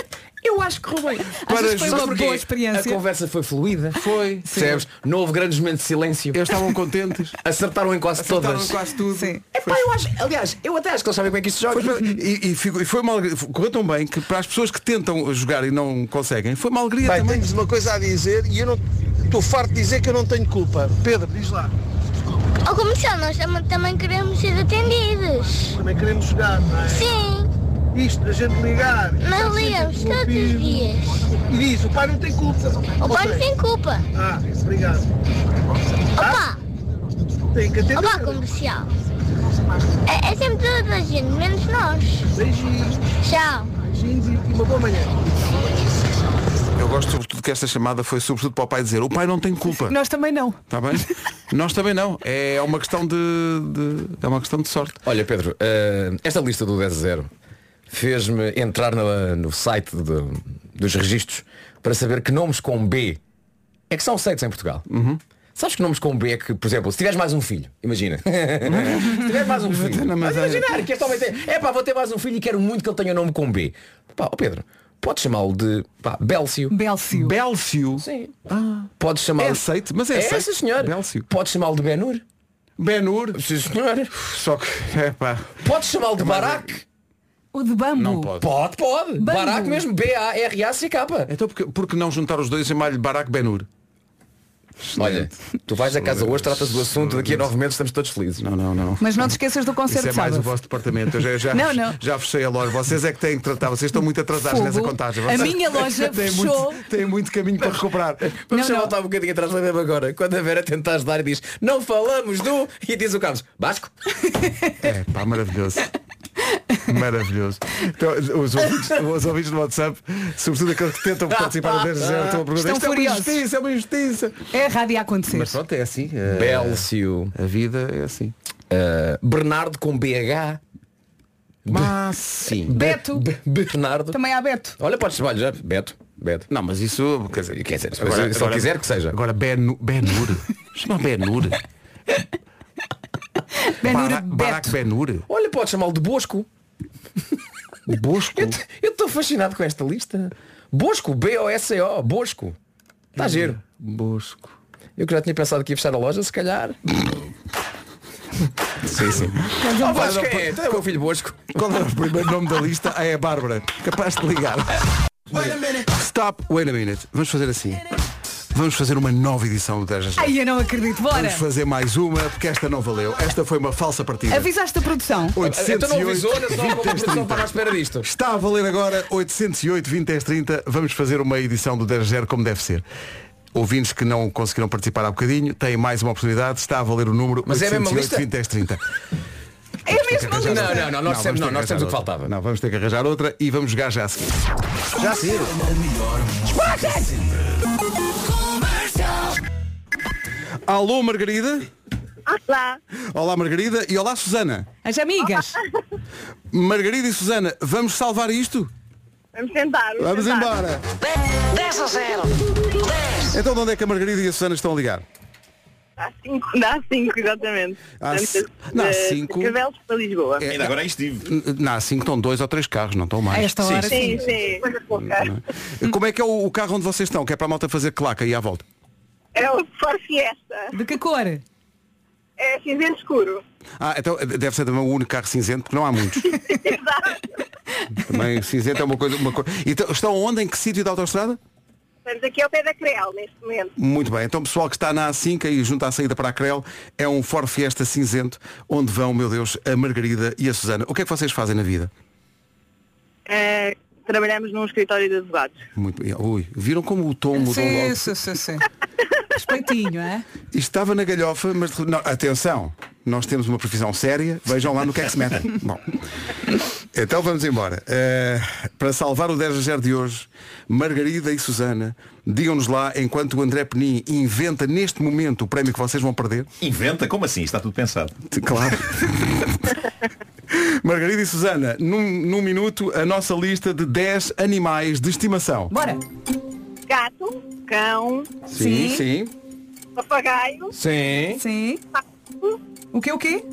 D: Eu acho que roubei. Acho
B: Para
D: que foi
B: Sabe
D: uma
H: Porquê?
D: boa
H: A
D: experiência.
H: conversa foi fluida.
B: Foi.
H: Percebes? Não houve grandes momentos de silêncio.
B: Eles estavam contentes.
H: Acertaram em quase
B: Acertaram
H: todas.
B: quase tudo.
D: Sim.
H: Epá, eu acho, aliás, eu até acho que eles sabem como é que isto se joga.
B: Pois, mas, e, e ficou- e foi uma alegria, correu tão bem que para as pessoas que tentam jogar e não conseguem, foi uma alegria
I: Bem,
B: também.
I: tenho-vos uma coisa a dizer e eu não estou farto de dizer que eu não tenho culpa. Pedro, diz lá.
F: ao comercial, nós tam- também queremos ser atendidos.
I: Também queremos jogar, não é?
F: Sim,
I: Isto da gente ligar. é
F: nós ligamos todos os dias.
I: E diz, o pai não tem culpa.
F: O pai não tem culpa.
I: Ah, obrigado. Ah,
F: Opa,
I: Tem que atender.
F: opa, comercial. É, é sempre toda a gente, menos nós.
I: Beijinhos,
F: Tchau.
I: beijinhos e uma boa manhã.
B: Eu gosto sobretudo que esta chamada foi sobretudo para o pai dizer, o pai não tem culpa.
D: Nós também não.
B: Está bem? Nós também não. É uma questão de, de- É uma questão de sorte.
H: Olha, Pedro, eh, esta lista do 10 a 0 fez-me entrar na- no site do- dos registros para saber que nomes com B é que são aceitos em Portugal. Sabes que nomes com B é que, por exemplo, se tiveres mais um filho, imagina. se tiveres mais um filho.
B: na
H: Mas
B: Madeira.
H: imaginar que este homem tem. É pá, vou ter mais um filho e quero muito que ele tenha o nome com B. Pá, ó Pedro, podes chamá-lo de pá, Bélcio.
D: Bélcio.
B: Bélcio.
H: Sim. Podes chamá-lo.
B: É aceito, mas é aceito.
H: sim, senhor.
B: Bélcio.
H: Podes chamá-lo de Benur.
B: Benur.
H: Sim, senhor. é-
B: Só que. É pá.
H: Podes chamá-lo de Barak.
D: O de bambu.
B: Não pode.
H: Pode, pode.
D: Bambu.
H: Barak mesmo. B-A-R-A-C-K.
B: Então porque, porque não juntar os dois e chamar-lhe Barack Benur?
H: Olha, tu vais a casa hoje, tratas do assunto, daqui a nove meses estamos todos felizes.
B: Não, não, não.
D: Mas não te esqueças do
B: Isso
D: concerto
B: é
D: de
B: mais o
D: sábado.
B: vosso departamento. Eu já, já,
D: Não, não.
B: já fechei a loja. Vocês é que têm que tratar. Vocês estão muito atrasados
D: Fogo.
B: nessa contagem.
D: A
B: Vocês
D: minha loja
B: têm
D: fechou.
B: Muito, têm muito caminho para recuperar.
H: Vamos
D: Não,
H: só
D: não.
H: voltar um bocadinho atrás, lembra agora. Quando a Vera tenta ajudar e diz, não falamos do... E diz o Carlos, Basco.
B: É, pá, maravilhoso. Maravilhoso. Então, os ouvintes, os ouvintes do WhatsApp, sobretudo aqueles que tentam participar do 10 0, estão a perguntar.
D: Estão
B: "Isto é uma
D: furiosos.
B: injustiça, é uma injustiça.
D: É a rádio a acontecer.
B: Mas pronto, é assim.
H: Bélcio. Eh,
B: A vida é assim.
H: Bernardo com BH.
B: Mas sim.
D: Beto.
H: Be- Bernardo.
D: Também há Beto.
H: Olha, podes olha, já, Beto. Beto.
B: Não, mas isso. Quer dizer,
H: Quer dizer, se se ele quiser que seja.
B: Agora Ben, ben Nur. Chama Ben Nur. Bara-
D: Benura
B: Barack
D: Beto.
B: Ben Nur.
H: Olha, podes chamá-lo de Bosco.
B: Bosco.
H: Eu estou fascinado com esta lista. Bosco, B-O-S-O, Bosco. Está giro.
B: Bosco.
H: Eu que já tinha pensado que ia fechar a loja, se calhar.
B: Sim, sim. Ah,
H: Oh, Vasco, é, então é o meu filho Bosco.
B: Qual era o primeiro nome da lista? Ah, é a Bárbara. Capaz de ligar. Stop, wait a minute. Vamos fazer assim. Vamos fazer uma nova edição do 10 a 0.
D: Ai, eu não acredito. Bora.
B: Vamos fazer mais uma, porque esta não valeu. Esta foi uma falsa partida.
D: Avisaste a produção.
B: 808,
H: Então não avisou, não
B: 20,
H: só como a produção estava à espera disto.
B: Está a valer agora 808 20 10 30. Vamos fazer uma edição do 10 0 como deve ser. Ouvintes que não conseguiram participar há bocadinho têm mais uma oportunidade. Está a valer o número
H: Mas é a mesma
B: 808
H: lista?
B: 20 10 30.
D: É a mesma
H: Não,
D: lista.
H: não, não, nós dissemos, não,
B: vamos
H: nós
B: ter
H: dissemos o que
B: arranjar outra.
H: faltava.
B: Não, vamos ter que arranjar outra e vamos jogar já a seguir.
C: Já se
B: Alô, Margarida.
M: Olá,
B: Olá, Margarida. E olá, Susana.
D: As amigas.
B: Margarida e Susana, vamos salvar isto?
M: vamos tentar.
B: Vamos
M: tentar.
B: embora.
J: 10 a 0.
B: Então, de onde é que a Margarida e a Susana estão a ligar?
M: Dá 5, dá cinco exatamente.
B: Há
M: Portanto,
B: c- não, há
M: de
B: cinco.
M: Cabelos para Lisboa.
B: É,
K: Ainda agora aí estive.
B: Na A5 estão dois ou três carros, não estão
D: A
B: mais.
D: esta hora sim.
M: Sim, sim.
B: Como é que é o o carro onde vocês estão? Que é para a malta fazer claca e à volta.
M: É o Ford Fiesta.
D: De que cor?
M: É cinzento escuro.
B: Ah, então eh, deve ser também o único carro cinzento, porque não há muitos.
M: Exato.
B: Também cinzento é uma coisa. Uma coisa. Então, estão onde? Em que sítio da autostrada?
M: Estamos aqui ao pé da Creal neste momento.
B: Muito bem, então pessoal que está na A5 e junto à saída para a Crel é um Ford Fiesta cinzento onde vão, meu Deus, a Margarida e a Susana. O que é que vocês fazem na vida?
M: Eh, trabalhamos num escritório de advogados.
B: Muito bem. Ui, viram como o tom mudou
D: Sim,
B: logo?
D: sim, sim, sim. Respeitinho, é?
B: Isto Estava na galhofa, mas de- não, atenção, nós temos uma profissão séria, vejam lá no que é que se metem. Bom, então vamos embora. Eh, para salvar o 10 a 0 de hoje, Margarida e Susana, digam-nos lá, enquanto o André Penin inventa neste momento o prémio que vocês vão perder,
K: Inventa? Como assim? Está tudo pensado.
B: Claro. Margarida e Susana, num, num minuto, a nossa lista de 10 animais de estimação.
D: Bora.
M: Gato, cão,
D: Sim.
B: sim.
M: papagaio,
H: Sim.
D: Sim. O que o quê?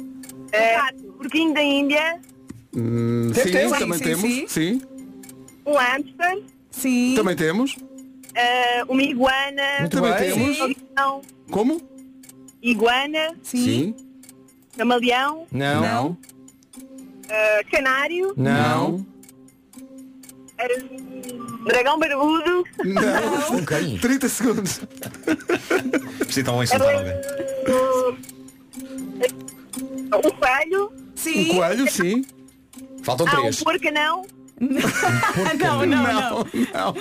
M: eh, porquinho da Índia,
B: Hum,
H: Tem-
B: sim,
H: tem,
B: também
D: sim,
B: temos.
D: sim.
M: um hamster,
D: Sim.
B: Também temos.
M: eh, uma iguana,
B: também
H: bem.
B: temos.
M: um camaleão,
B: Como?
M: iguana,
D: Sim.
M: camaleão,
H: Não.
D: Não.
M: eh, canário,
H: Não.
M: eh, dragão barbudo,
B: Não.
H: Ok.
B: 30 segundos.
K: Vocês estão a insultar alguém.
M: um coelho,
B: Um
D: Sim.
B: coelho, sim.
H: Faltam
M: ah, um
H: três.
M: porco não,
D: Não, não, não.
B: não.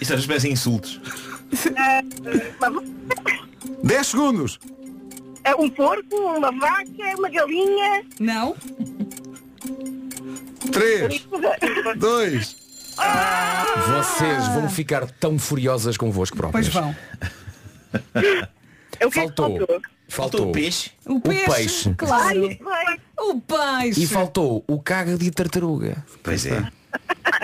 K: Isto às vezes parecem insultos.
B: 10 segundos.
M: eh, um porco, uma vaca, uma galinha,
D: Não.
B: 3, 2.
H: Vocês vão ficar tão furiosas convosco
D: Pois
H: próprias.
D: vão.
M: é o que é que
H: Faltou.
M: faltou?
H: Faltou.
K: peixe.
B: Um
D: O peixe.
H: peixe.
D: Claro.
M: Ai,
D: O peixe.
H: E faltou o caga de tartaruga.
K: Pois é.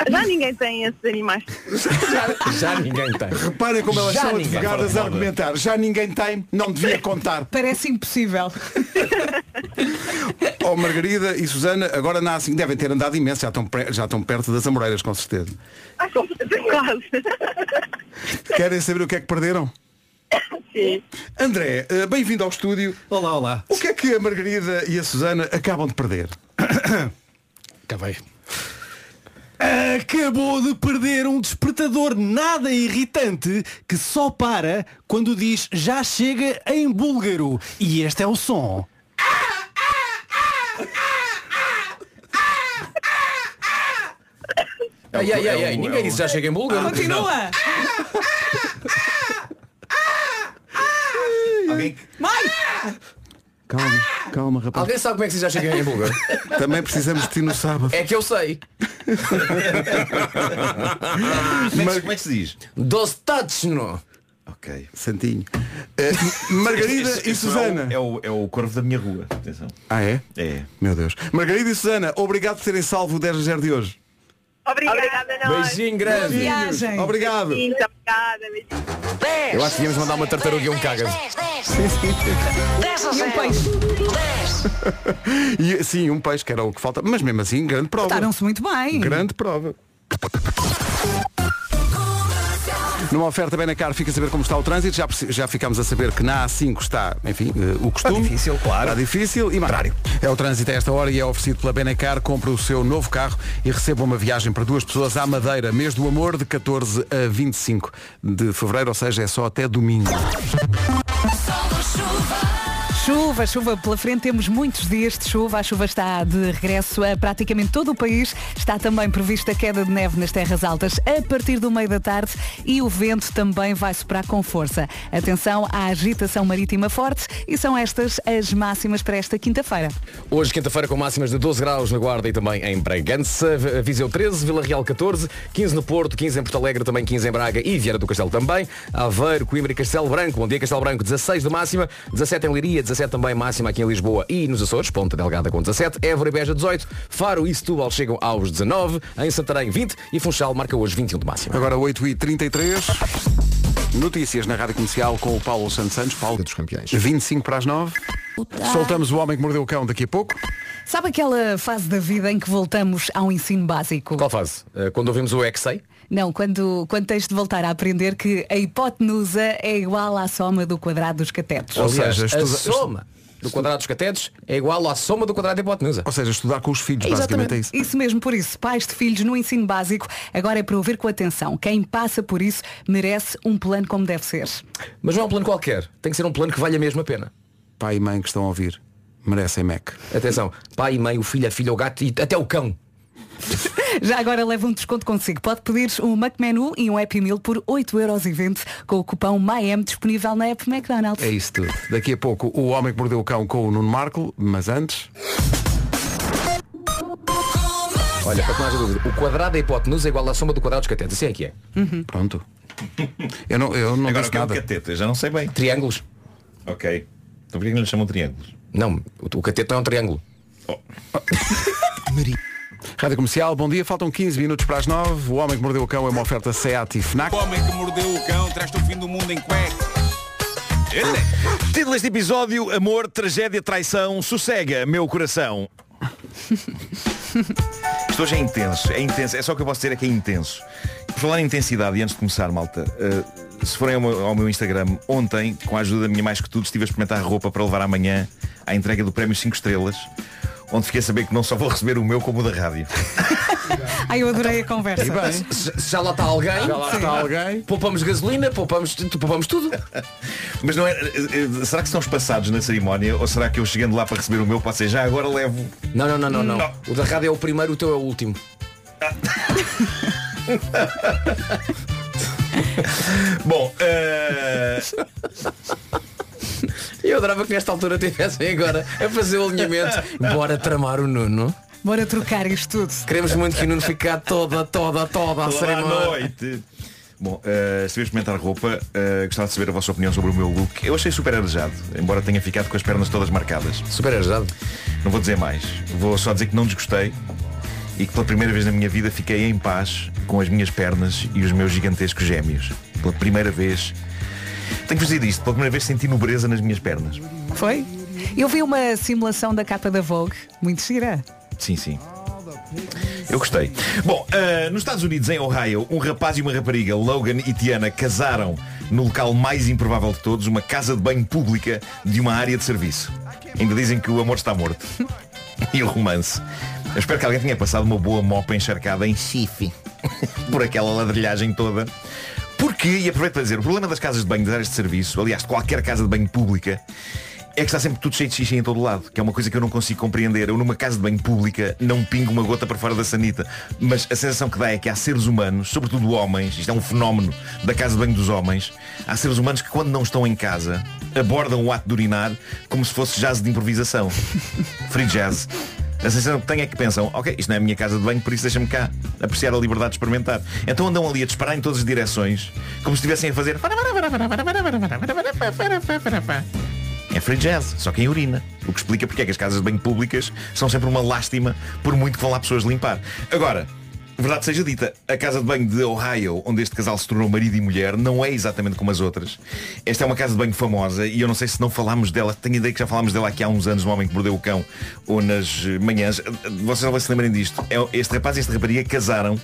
M: Já ninguém tem esses animais.
H: Já, já ninguém tem.
B: Reparem como elas
H: Já
B: são
H: ninguém.
B: advogadas a argumentar. Já ninguém tem, não devia contar.
D: Parece impossível.
B: Oh, Margarida e Susana, agora na assim devem ter andado imenso, já estão, pre- já estão perto das Amoreiras, com certeza.
M: Ai, como- Quase.
B: Querem saber o que é que perderam?
M: Sim.
B: André, eh, bem-vindo ao estúdio.
L: Olá, olá.
B: O que é que a Margarida e a Susana acabam de perder?
L: Acabei. Acabou de perder um despertador nada irritante que só para quando diz já chega em búlgaro. E este é o som.
K: É um
H: Ai, ai, ai, ai. Ninguém disse já chega em
K: Ah,
H: búlgaro.
D: Continua.
K: Alguém que
D: Mãe!
B: Calma. Calma, rapaz.
H: Alguém sabe como é que se já chega em Bulgar?
B: Também precisamos de ti no sábado.
H: É que eu sei.
K: Mas como é que se diz?
H: Dostachno.
K: Ok.
B: Santinho. Eh, Margarida
K: Este- este-
B: e
K: este
B: Susana.
K: É o, é o, é o corvo da minha rua. Atenção.
B: Ah, é?
K: É.
B: Meu Deus. Margarida e Susana, obrigado por terem salvo o 10 a 0 de hoje.
M: Obrigada, não.
H: Beijinho grande.
B: Beijinhos. Obrigado.
M: Muito obrigada.
J: Dez.
H: Eu acho que íamos mandar uma tartaruga e um caga.
J: Dez, dez. Dez
D: um
J: a zero. Dez.
B: E, sim, um peixe que era o que falta. Mas mesmo assim, grande prova.
D: Portaram-se muito bem.
B: Grande prova. Numa oferta bem na cara, fica a saber como está o trânsito. Já, perce- já ficámos a saber que na A5 está, enfim, eh, o costume. Está difícil, claro. Está difícil e mais. É o trânsito a esta hora e é oferecido pela Benacar. Compre o seu novo carro e receba uma viagem para duas pessoas à Madeira, mês do amor, de 14 a 25 de fevereiro, ou seja, é só até domingo.
D: Chuva, chuva pela frente, temos muitos dias de chuva. A chuva está de regresso a praticamente todo o país. Está também prevista queda de neve nas terras altas a partir do meio da tarde e o vento também vai soprar com força. Atenção à agitação marítima forte e são estas as máximas para esta quinta-feira.
H: Hoje, quinta-feira, com máximas de 12 graus na Guarda e também em Bragança. V- Viseu 13, Vila Real 14, 15 no Porto, 15 em Porto Alegre, também 15 em Braga e Vieira do Castelo também. Aveiro, Coimbra e Castelo Branco. Bom dia, Castelo Branco, 16 de máxima, 17 em Leiria, 17 também máxima aqui em Lisboa e nos Açores, Ponta Delgada com 17, Évora e Beja 18, Faro e Setúbal chegam aos 19, em Santarém 20 e Funchal marca hoje 21 de máxima.
B: Agora 8h33. Notícias na Rádio Comercial com o Paulo Santos Santos, Paulo dos Campeões. 25 para as 9. Soltamos o homem que mordeu o cão daqui a pouco.
D: Sabe aquela fase da vida em que voltamos ao ensino básico?
H: Qual fase? Eh, Quando ouvimos o Exei?
D: Não, quando, quando tens de voltar a aprender que a hipotenusa é igual à soma do quadrado dos catetos.
H: Ou seja,
B: estuda-
H: a soma do quadrado dos catetos é igual à soma do quadrado da hipotenusa.
B: Ou seja, estudar com os filhos, basicamente é isso.
D: mesmo, por isso, pais de filhos no ensino básico, agora é para ouvir com atenção. Quem passa por isso merece um plano como deve ser.
H: Mas não é um plano qualquer. Tem que ser um plano que valha mesmo a pena.
B: Pai e mãe que estão a ouvir merecem Mac.
H: Atenção, pai e mãe, o filho, a filha, o gato e até o cão.
D: Já agora leva um desconto consigo. Pode pedir um McMenu e um Happy Meal por 8,20€ com o cupom MyM disponível na app McDonald's.
B: É isso tudo. Daqui a pouco o homem que mordeu o cão com o Nuno Marco, mas antes.
H: Olha, para que não haja dúvida, o quadrado da hipotenusa é igual à soma do quadrado dos catetos. Assim é que é.
B: Pronto. Eu não, eu não
K: Agora
B: disse
K: o que é um
B: nada.
K: cateta? Já não sei bem.
H: Triângulos.
K: Ok. Então por que não lhe chamam triângulos?
H: Não, o, o cateto não é um triângulo.
B: Rádio Comercial, bom dia. Faltam 15 minutos para as 9. O homem que mordeu o cão é uma oferta SEAT e FNAC.
N: homem que mordeu o cão traz-te o fim do mundo em cueca. Título deste episódio, Amor, Tragédia, Traição, Sossega, Meu Coração.
K: Isto hoje é intenso, é intenso. É só o que eu posso dizer é que é intenso. Por falar em intensidade, e antes de começar, malta, eh, se forem ao meu, ao meu Instagram ontem, com a ajuda da minha mais que tudo, estive a experimentar roupa para levar amanhã à entrega do Prémio 5 Estrelas, onde fiquei a saber que não só vou receber o meu como o da rádio.
D: Ai, eu adorei a conversa.
H: Se, se já lá está alguém,
D: Já lá está
H: alguém. Poupamos gasolina, poupamos, tu- poupamos tudo.
K: Mas não é. eh, eh, Será que estão espaçados na cerimónia ou será que eu chegando lá para receber o meu, pode ser já agora levo?
H: Não, não, não, não, não. O da rádio é o primeiro, o teu é o último.
K: Bom, eh,
H: Eu adorava que nesta altura tivessem agora a fazer o alinhamento. Bora tramar o Nuno.
D: Bora trocar isto tudo.
H: Queremos muito que o Nuno fique cá toda, toda, toda a
K: Olá,
H: cerimónia.
K: boa noite. Bom, eh, estive a experimentar roupa, eh, gostava de saber a vossa opinião sobre o meu look. Eu achei super arejado, embora tenha ficado com as pernas todas marcadas.
H: Super arejado?
K: Não vou dizer mais. Vou só dizer que não desgostei e que pela primeira vez na minha vida fiquei em paz com as minhas pernas e os meus gigantescos gêmeos. Pela primeira vez. Tenho que vos dizer isto, pela primeira vez senti nobreza nas minhas pernas.
D: Foi? Eu vi uma simulação da capa da Vogue, muito gira.
K: Sim, sim. Eu gostei. Bom, ah, nos Estados Unidos, em Ohio, um rapaz e uma rapariga, Logan e Tiana, casaram no local mais improvável de todos, uma casa de banho pública de uma área de serviço. Ainda dizem que o amor está morto. E o romance. Eu espero que alguém tenha passado uma boa mopa encharcada em Chife. Por aquela ladrilhagem toda. Porque, e aproveito para dizer, o problema das casas de banho das áreas de serviço, aliás, de qualquer casa de banho pública, é que está sempre tudo cheio de xixi em todo lado, que é uma coisa que eu não consigo compreender. Eu numa casa de banho pública não pingo uma gota para fora da sanita, mas a sensação que dá é que há seres humanos, sobretudo homens, isto é um fenómeno da casa de banho dos homens, há seres humanos que quando não estão em casa abordam o ato de urinar como se fosse jazz de improvisação. Free jazz. A sensação que tenho é que pensam, ok, isto não é a minha casa de banho, por isso deixa-me cá apreciar a liberdade de experimentar. Então andam ali a disparar em todas as direções, como se estivessem a fazer. É free jazz, só quem urina. O que explica porque é que as casas de banho públicas são sempre uma lástima, por muito que vão lá pessoas limpar. Agora, verdade seja dita, a casa de banho de Ohio, onde este casal se tornou marido e mulher, não é exatamente como as outras. Esta é uma casa de banho famosa e eu não sei se não falámos dela, tenho ideia que já falámos dela aqui há uns anos no Homem que Mordeu o Cão ou nas eh, manhãs. Vocês talvez se lembrem disto. É- Este rapaz e esta rapariga casaram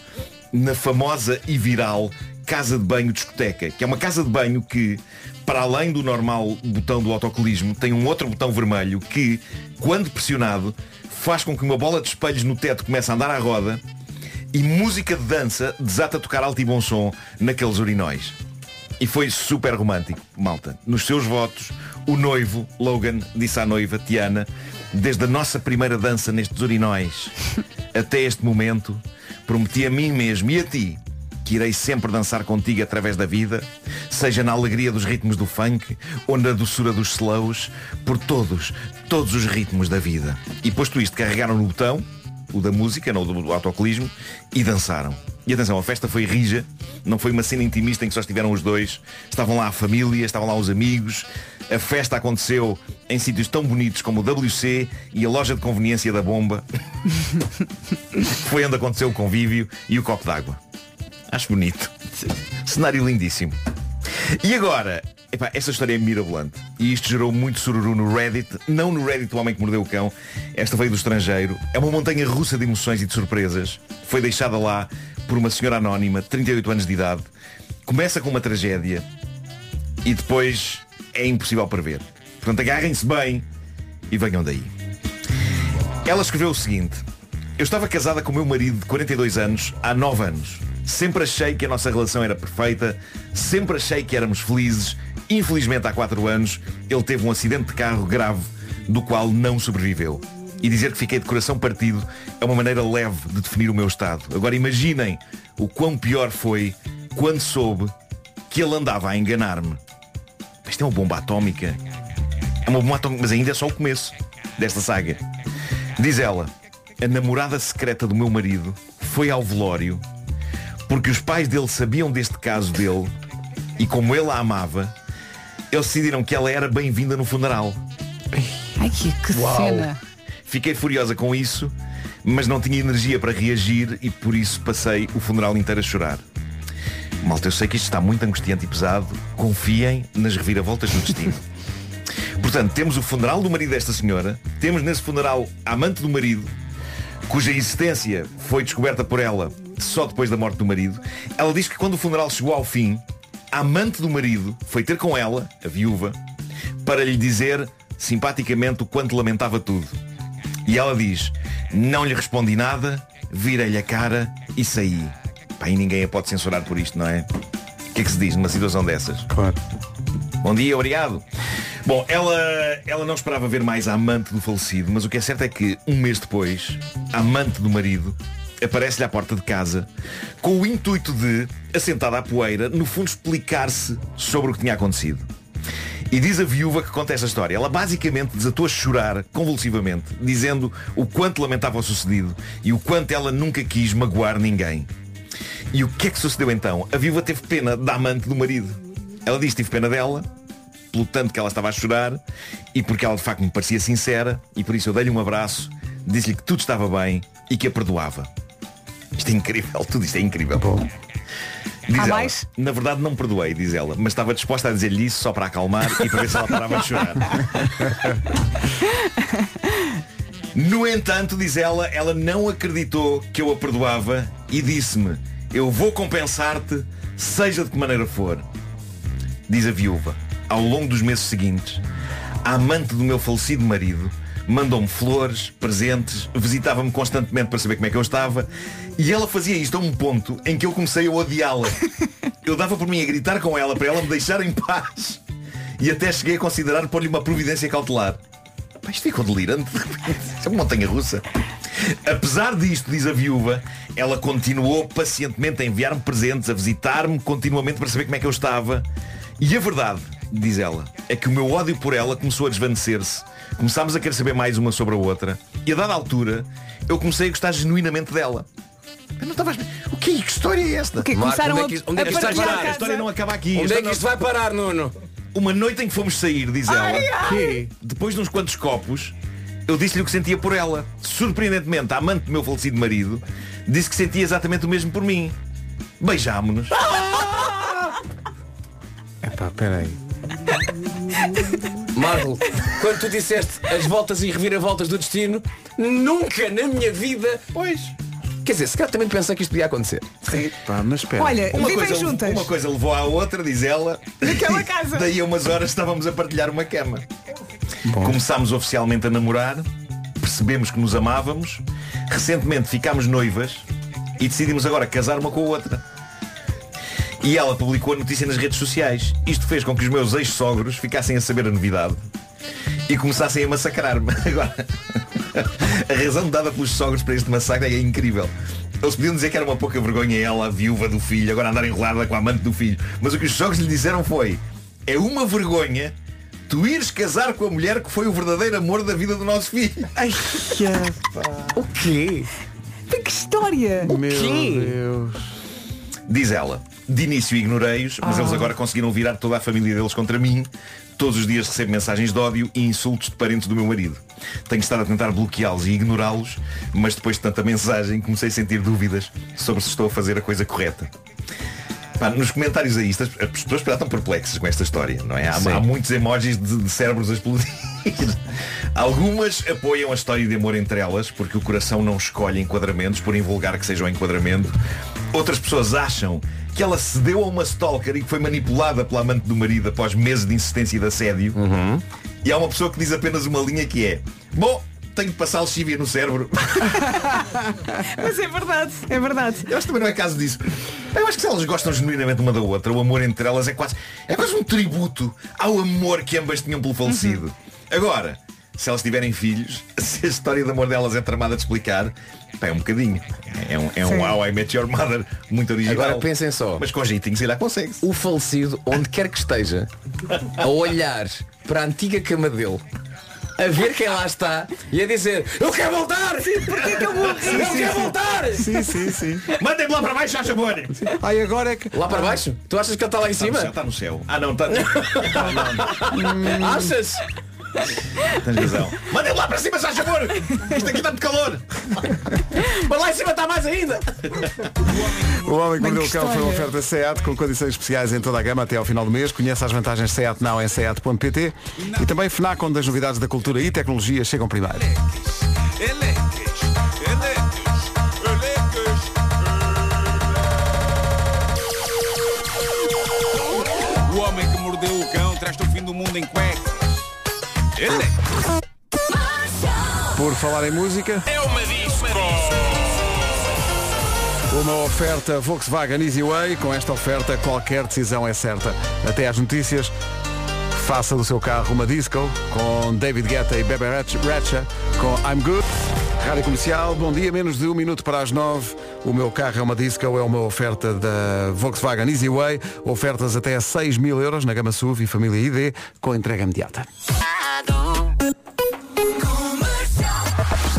K: na famosa e viral casa de banho discoteca, que é uma casa de banho que, para além do normal botão do autocolismo, tem um outro botão vermelho que, quando pressionado, faz com que uma bola de espelhos no teto comece a andar à roda e música de dança desata a tocar alto e bom som naqueles urinóis. E foi super romântico, malta. Nos seus votos, o noivo, Logan, disse à noiva, Tiana, desde a nossa primeira dança nestes urinóis até este momento, prometi a mim mesmo e a ti que irei sempre dançar contigo através da vida, seja na alegria dos ritmos do funk ou na doçura dos slows, por todos, todos os ritmos da vida. E posto isto, carregaram no botão, o da música, não o do, do autocolismo, e dançaram. E atenção, a festa foi rija, não foi uma cena intimista em que só estiveram os dois. Estavam lá a família, estavam lá os amigos. A festa aconteceu em sítios tão bonitos como o WC e a loja de conveniência da bomba. foi onde aconteceu o convívio e o copo d'água. Acho bonito. Cenário lindíssimo. E agora, epá, esta história é mirabolante. E isto gerou muito sururu no Reddit. Não no Reddit do Homem que Mordeu o Cão. Esta veio do estrangeiro. É uma montanha russa de emoções e de surpresas. Foi deixada lá por uma senhora anónima, 38 anos de idade. Começa com uma tragédia e depois é impossível prever. Portanto, agarrem-se bem e venham daí. Ela escreveu o seguinte Eu estava casada com o meu marido de 42 anos há 9 anos Sempre achei que a nossa relação era perfeita Sempre achei que éramos felizes Infelizmente há 4 anos Ele teve um acidente de carro grave Do qual não sobreviveu E dizer que fiquei de coração partido É uma maneira leve de definir o meu estado Agora imaginem o quão pior foi Quando soube que ele andava a enganar-me Isto é uma bomba atómica É uma bomba atómica, mas ainda é só o começo Desta saga Diz ela, a namorada secreta do meu marido foi ao velório porque os pais dele sabiam deste caso dele e como ele a amava, eles decidiram que ela era bem-vinda no funeral.
D: Ai, que, que cena.
K: Fiquei furiosa com isso, mas não tinha energia para reagir e por isso passei o funeral inteiro a chorar. Malta, eu sei que isto está muito angustiante e pesado. Confiem nas reviravoltas do destino. Portanto, temos o funeral do marido desta senhora, temos nesse funeral a amante do marido, cuja existência foi descoberta por ela só depois da morte do marido. Ela diz que quando o funeral chegou ao fim, a amante do marido foi ter com ela, a viúva, para lhe dizer simpaticamente o quanto lamentava tudo. E ela diz, não lhe respondi nada, virei-lhe a cara e saí. Pá, e ninguém a pode censurar por isto, não é? O que é que se diz numa situação dessas? Claro. Bom dia, obrigado. Bom, ela, ela não esperava ver mais a amante do falecido, mas o que é certo é que, um mês depois, a amante do marido aparece-lhe à porta de casa com o intuito de, assentada à poeira, no fundo explicar-se sobre o que tinha acontecido. E diz a viúva que conta esta história. Ela basicamente desatou a chorar convulsivamente, dizendo o quanto lamentava o sucedido e o quanto ela nunca quis magoar ninguém. E o que é que sucedeu então? A viúva teve pena da amante do marido. Ela diz que tive pena dela, pelo tanto que ela estava a chorar, e porque ela de facto me parecia sincera, e por isso eu dei-lhe um abraço, disse-lhe que tudo estava bem e que a perdoava. Isto é incrível, tudo isto é incrível. Diz ela, na verdade não perdoei, diz ela, mas estava disposta a dizer-lhe isso só para acalmar e para ver se ela parava de chorar. No entanto, diz ela, ela não acreditou que eu a perdoava e disse-me, eu vou compensar-te, seja de que maneira for. Diz a viúva, ao longo dos meses seguintes, a amante do meu falecido marido mandou-me flores, presentes, visitava-me constantemente para saber como é que eu estava e ela fazia isto a um ponto em que eu comecei a odiá-la. Eu dava por mim a gritar com ela para ela me deixar em paz. e até cheguei a considerar pôr-lhe uma providência cautelar. Pá, isto ficou delirante. Isto é uma montanha russa. Apesar disto, diz a viúva, ela continuou pacientemente a enviar-me presentes, a visitar-me continuamente para saber como é que eu estava. E a verdade, diz ela, é que o meu ódio por ela começou a desvanecer-se. Começámos a querer saber mais uma sobre a outra. E a dada altura, eu comecei a gostar genuinamente dela. Eu não estava a esperar. O que, que história é esta?
D: O quê?
K: Marco,
D: Começaram
K: onde é que,
D: a-
K: onde é que
D: a
K: isto vai
D: partilhar
K: parar?
D: casa?
K: A história não acaba aqui.
H: Onde
K: A
H: é
K: história
H: que
K: não-
H: isto vai parar, Nuno?
K: Uma noite em que fomos sair, diz ela,
H: Ai, ai.
K: que depois de uns quantos copos, eu disse-lhe o que sentia por ela. Surpreendentemente, a amante do meu falecido marido disse que sentia exatamente o mesmo por mim. Beijámonos.
B: Epá, peraí.
H: Marvel, quando tu disseste as voltas e reviravoltas do destino, nunca na minha vida. Pois. Quer dizer, se calhar também pensei que isto podia acontecer.
B: Pá, mas espera.
D: Olha,
K: uma
D: É, vivem
K: coisa,
D: juntas.
K: Uma coisa levou à outra, diz ela.
D: Naquela casa.
K: Daí a umas horas estávamos a partilhar uma cama. Começámos oficialmente a namorar, percebemos que nos amávamos, recentemente ficámos noivas e decidimos agora casar uma com a outra. E ela publicou a notícia nas redes sociais. Isto fez com que os meus ex-sogros ficassem a saber a novidade e começassem a massacrar-me. Agora, a razão dada pelos sogros para este massacre é incrível. Eles podiam dizer que era uma pouca vergonha ela, a viúva do filho, agora andar enrolada com a amante do filho. Mas o que os sogros lhe disseram foi, é uma vergonha tu ires casar com a mulher que foi o verdadeiro amor da vida do nosso filho. Ai,
H: o quê?
D: é, Que história!
K: O Diz ela, de início ignorei-os, mas
D: Ah.
K: eles agora conseguiram virar toda a família deles contra mim. Todos os dias recebo mensagens de ódio e insultos de parentes do meu marido. Tenho estado a tentar bloqueá-los e ignorá-los, mas depois de tanta mensagem comecei a sentir dúvidas sobre se estou a fazer a coisa correta. Pá, nos comentários aí, estas- as pessoas já estão perplexas com esta história, não é? Há,
H: Sim.
K: há muitos emojis de, de cérebros a explodir. Algumas apoiam a história de amor entre elas, porque o coração não escolhe enquadramentos, por invulgar que seja o enquadramento. Outras pessoas acham que ela cedeu a uma stalker e que foi manipulada pela amante do marido após meses de insistência e de assédio. E há uma pessoa que diz apenas uma linha que é Bom, tenho de passar lexívia no cérebro.
D: Mas é verdade, é verdade.
K: Eu acho que também não é caso disso. Eu acho que se elas gostam genuinamente uma da outra, o amor entre elas é quase, é quase um tributo ao amor que ambas tinham pelo falecido. Agora, se elas tiverem filhos, se a história de amor delas é tramada de explicar, pá, é um bocadinho. É um, é
H: Sim.
K: um How I Met Your Mother muito original.
H: Agora pensem só.
K: Mas com jeitinho, sei lá, consegue
H: O falecido, onde quer que esteja, a olhar para a antiga cama dele, a ver quem lá está e a dizer Eu quero voltar! Sim,
J: porquê que eu morri?
H: Eu quero voltar!
J: Sim, sim,
B: sim.
K: Mandem-me lá para baixo, já chamou
B: Ai, agora é que.
H: Lá para baixo? Tu achas que ele está lá em
K: Está no
H: cima?
K: céu, está no céu. Ah não, está.
H: Achas?
K: Tens razão. Mandem lá para cima, já chamou! Isto aqui está muito calor!
H: Mas lá em cima está mais ainda!
B: O Homem que
H: Bem,
B: Mordeu o
H: que
B: Cão foi uma
H: história.
B: oferta SEAT com condições especiais em toda a gama até ao final do mês. Conheça as vantagens SEAT Now em SEAT.pt e também FNAC, onde as novidades da cultura e tecnologia chegam primeiro.
O: O homem que mordeu o cão traz-te o fim do mundo em cuecas. Ele
B: Por falar em música,
O: é uma disco.
B: uma oferta Volkswagen Easy Way. Com esta oferta, qualquer decisão é certa. Até às notícias. Faça do seu carro uma disco com David Guetta e Bebe Ratcha com I'm Good. Rádio Comercial, bom dia, menos de um minuto para as nove. O meu carro é uma disco, é uma oferta da Volkswagen Easy Way. Ofertas até a 6 mil euros na gama SUV e família ID com entrega imediata.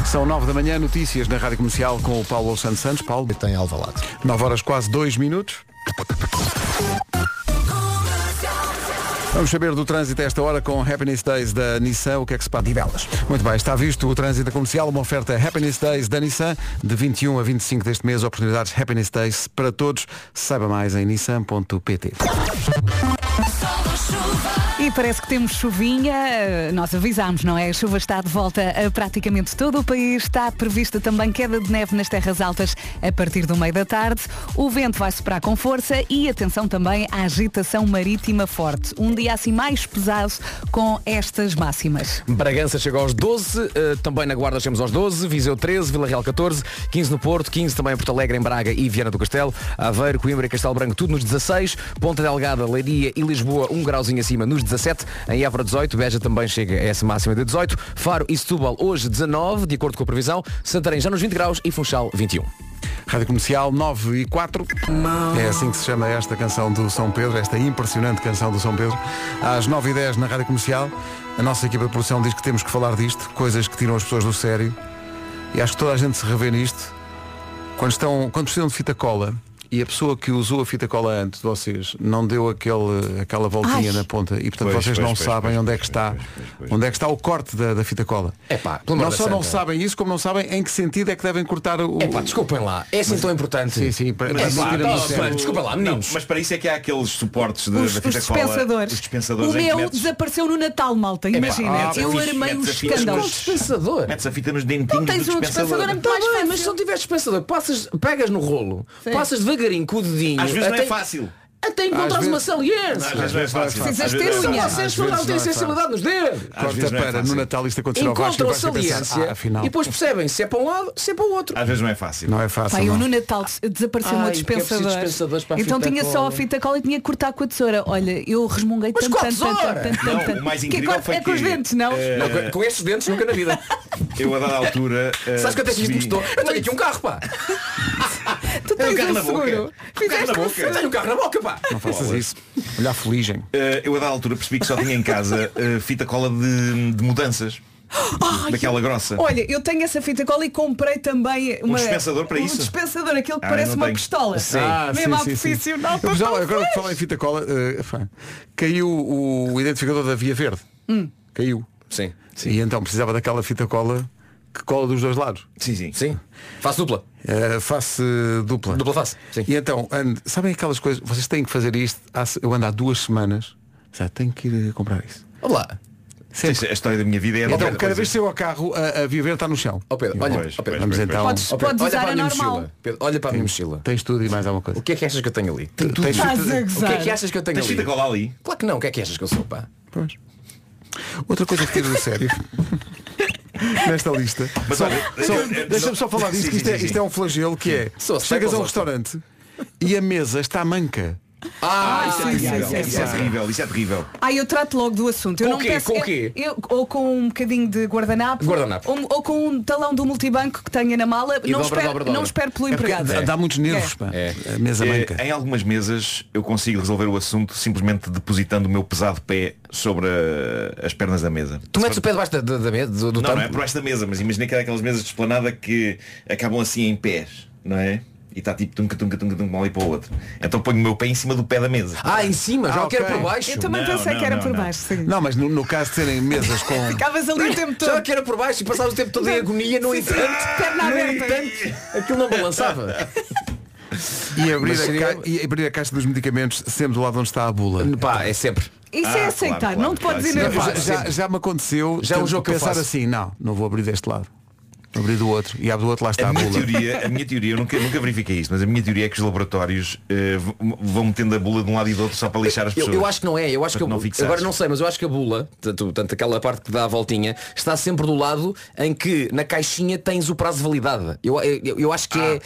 B: São nove da manhã, notícias na Rádio Comercial com o Paulo Santos Santos. Paulo. Tem Alvalade. Nove horas quase dois minutos. Vamos saber do trânsito a esta hora com Happiness Days da Nissan, o que é que se passa de velas. Muito bem, está visto o trânsito comercial, uma oferta Happiness Days da Nissan, de 21 a 25 deste mês, oportunidades Happiness Days para todos. Saiba mais em nissan.pt.
D: E parece que temos chuvinha, eh, nós avisámos, não é? A chuva está de volta a praticamente todo o país, está prevista também queda de neve nas terras altas a partir do meio da tarde, o vento vai soprar com força e atenção também à agitação marítima forte. Um dia assim mais pesado com estas máximas.
H: Bragança chega aos 12, eh, também na Guarda chegamos aos 12, Viseu 13, Vila Real 14, 15 no Porto, 15 também em Porto Alegre, em Braga e Viana do Castelo, Aveiro, Coimbra e Castelo Branco, tudo nos 16, Ponta Delgada, Leiria e Lisboa 1 grau grauzinho acima nos 17, em Évora 18, Beja também chega a essa máxima de 18, Faro e Setúbal hoje 19, de acordo com a previsão, Santarém já nos 20 graus e um. Funchal 21.
B: Rádio Comercial 9 e 4. É assim que se chama esta canção do São Pedro, esta impressionante canção do São Pedro. Às 9 e 10 na Rádio Comercial, a nossa equipa de produção diz que temos que falar disto, coisas que tiram as pessoas do sério. E acho que toda a gente se revê nisto. Quando, estão, quando precisam de fita cola e a pessoa que usou a fita cola antes de vocês não deu aquele, aquela voltinha
H: Ai.
B: na ponta e portanto
H: Pois,
B: vocês
H: pois,
B: não
H: pois,
B: sabem onde é que está onde é que está o corte da, da fita cola.
H: É pá, pelo amor
B: não
H: da
B: só não
H: santa.
B: sabem isso, como não sabem em que sentido é que devem cortar o.
H: É pá, desculpem lá, é assim
B: Mas-
H: tão importante.
B: Sim, sim, para- para
H: Mas, é pá,
B: sentirmos o
H: tá,
B: sério.
H: pá, desculpa lá, meninos.
K: Mas para isso é que há aqueles suportes da,
D: Os-
K: da
D: os
K: fita cola.
D: dispensadores.
K: Os dispensadores
D: O
K: em que
D: meu
K: metes- ah,
D: desapareceu no Natal, malta. Imagina. Eu armei um escândalo. um
H: dispensador?
K: Metes a fita nos dentinhos do dispensador.
H: Tá bem, mas se não tiveres dispensador, passas, pegas no rolo,
K: Sim.
H: passas devagarinho com o dedinho.
K: Às vezes não é
H: até-
K: fácil.
H: Até encontrares
K: Às
H: uma
K: vezes-
H: saliência.
K: Não, às vezes não é fácil. Às
H: Precisas
K: vezes
H: ter
K: não é
H: unha.
K: fácil.
H: Vocês
K: Às
H: falam
K: vezes
H: têm
K: não é
H: sensibilidade nos dedos.
K: Às vezes não é
B: para,
K: fácil.
B: no Natal isto aconteceu ao Vasco e
H: Encontram a
B: vais a pensar,
H: saliência
B: ah, afinal.
H: e depois percebem se é para um lado, se é para o outro.
K: Às vezes não é fácil.
B: Não é fácil.
D: Pá, eu
B: não.
D: no Natal s- desapareceu o
H: Ai,
D: meu
H: porque é preciso
D: dispensador.
H: dispensadores para a
D: então
H: fita
D: tinha só
H: cola.
D: a fita cola e tinha que cortar com a tesoura. Olha, eu resmunguei
H: Mas
D: tanto,
H: com a
D: tanto, tanto,
H: tesoura?
D: tanto,
K: Não,
D: tanto, tanto.
K: o mais
D: Que
K: incrível
D: corta-
K: foi
D: é com os
K: que,
D: dentes, não?
K: eh,
H: Não, com, com estes dentes nunca na vida.
K: Eu a dada altura. eh,
H: Sabes quanto é que isto
K: percebi-
H: custou? Eu tenho aqui um carro, pá.
D: Tu
H: É um
D: tens
H: carro
D: um
H: na boca. Carro
D: seguro.
H: na
D: Fizeste um
H: boca. Eu
D: seguro.
H: tenho um carro na boca, pá.
B: Não faças isso. Olhar fuligem.
K: Eh, eu a dada altura percebi que só tinha em casa eh, fita cola de, de mudanças.
D: Ai,
K: daquela grossa.
D: Olha, eu tenho essa fita cola e comprei também uma,
K: dispensador para
D: um
K: isso?
D: dispensador, aquele que
B: Ah,
D: parece
B: não
D: uma
B: tenho.
D: pistola.
B: Sim.
H: Ah,
D: Mesmo à
B: Ah, sim, sim,
D: profissional. Então
B: sim. Mas, olha, agora que fala em fita cola, eh, fã, caiu o identificador da Via Verde.
D: Hum.
B: Caiu.
H: Sim,
B: E então precisava daquela fita cola que cola dos dois lados. É
K: Sim, sim.
H: Sim. Face dupla.
B: face dupla.
H: Dupla face. Sim.
B: E então, ando- sabem aquelas coisas, vocês têm que fazer isto, há- eu ando há duas semanas, já tenho que ir eh, comprar isso.
H: Olá.
K: A história da minha vida é
B: Então,
K: qualquer
B: cada
K: coisa. Oh,
B: vez que Oh, eu ao carro, a, a Via Verde está no chão.
H: Pedro, olha, ó Pedro,
B: Vamos então.
H: Podes-
B: Ó Pedro,
H: podes usar a
B: minha
H: normal.
B: mochila.
H: Pedro, olha para a minha mochila.
B: Tens tudo e mais alguma coisa. O
H: que é que achas que eu tenho ali?
B: Tem tudo. Tens
H: Estás
B: fita-
H: a gozar. O que é que achas que eu tenho
K: Tens
H: ali?
K: fita cola ali?
H: Claro que não, o que é que achas que eu sou, pá?
B: Outra coisa que tiro do sério. Nesta lista.
K: Mas
B: Só-
K: olha,
B: só-
K: eh,
B: Deixa-me só
K: não-
B: falar disto,
K: Sim,
B: que isto,
K: sim,
B: é,
K: sim,
B: isto
K: sim.
B: é um flagelo que é.
K: Só se
B: chegas
K: vai
B: a um
K: para os
B: restaurante e a mesa está manca.
H: Ah,
K: isso é
D: sim, sim,
K: terrível.
D: sim,
K: Isso é
D: sim.
K: terrível. Isso é terrível.
D: Ah, eu trato logo do assunto. Eu
K: Com
D: não
K: o quê?
D: peço-
K: Com o
D: eu-
K: quê?
D: eu- ou com um bocadinho de guardanapo,
B: Guardanapo.
D: Ou, ou com um talão do multibanco que tenha na mala.
B: E
D: não,
B: dobra,
D: espero,
B: dobra, dobra.
D: não espero pelo
B: É porque
D: empregado.
B: dá- dá muitos
K: É.
B: nervos, pá. A mesa
K: Eh,
B: manca.
K: Em algumas mesas eu consigo resolver o assunto simplesmente depositando o meu pesado pé sobre eh, as pernas da mesa.
H: Tu metes o pé debaixo da, da, da mesa, do, do
K: não,
H: tampo?
K: não é por esta mesa, mas imagina que é daquelas mesas de esplanada que acabam assim em pés, não é? E está tipo tunca, tunca, tunca, tunca, mal e para o outro. Então ponho o meu pé em cima do pé da mesa.
H: Ah, em cima, já
K: Ah,
H: o quero
K: ok.
H: por baixo.
K: Eu também Não, pensei que não, era não, por não. baixo,
B: Não, mas no, no caso de terem mesas com.
D: Ficavas ali o tempo todo.
H: Já que era por baixo e passavas o tempo todo em agonia, no entanto,
D: perna
H: no
D: aberta.
H: entanto, aquilo não balançava.
B: E abrir,
H: Mas seria-
B: a ca... e abrir a caixa dos medicamentos sempre do lado onde está a bula.
H: Pá, é sempre.
D: Isso é aceitar, não te podes ir
B: já,
D: nervoso.
B: já, já me aconteceu
K: É Já é um
B: ter-
K: jogo que eu
B: pensar
K: faço.
B: assim, não, não vou abrir deste lado. Vou abrir do outro. E abre do outro, lá
H: Tá,
B: está
K: A
B: a,
K: minha,
B: bula.
K: teoria, a minha teoria, eu nunca, nunca verifiquei isto, mas a minha teoria é que os laboratórios eh, v- vão metendo a bula de um lado e do outro só para lixar as
H: Eu,
K: pessoas.
H: eu acho que não é, eu acho
K: Para
H: que a
K: não
H: bu-
K: fixares.
H: agora não sei, mas eu acho que a bula, tanto, tanto aquela parte que dá a voltinha, está sempre do lado em que na caixinha tens o prazo de validade. Eu, eu, eu acho que é.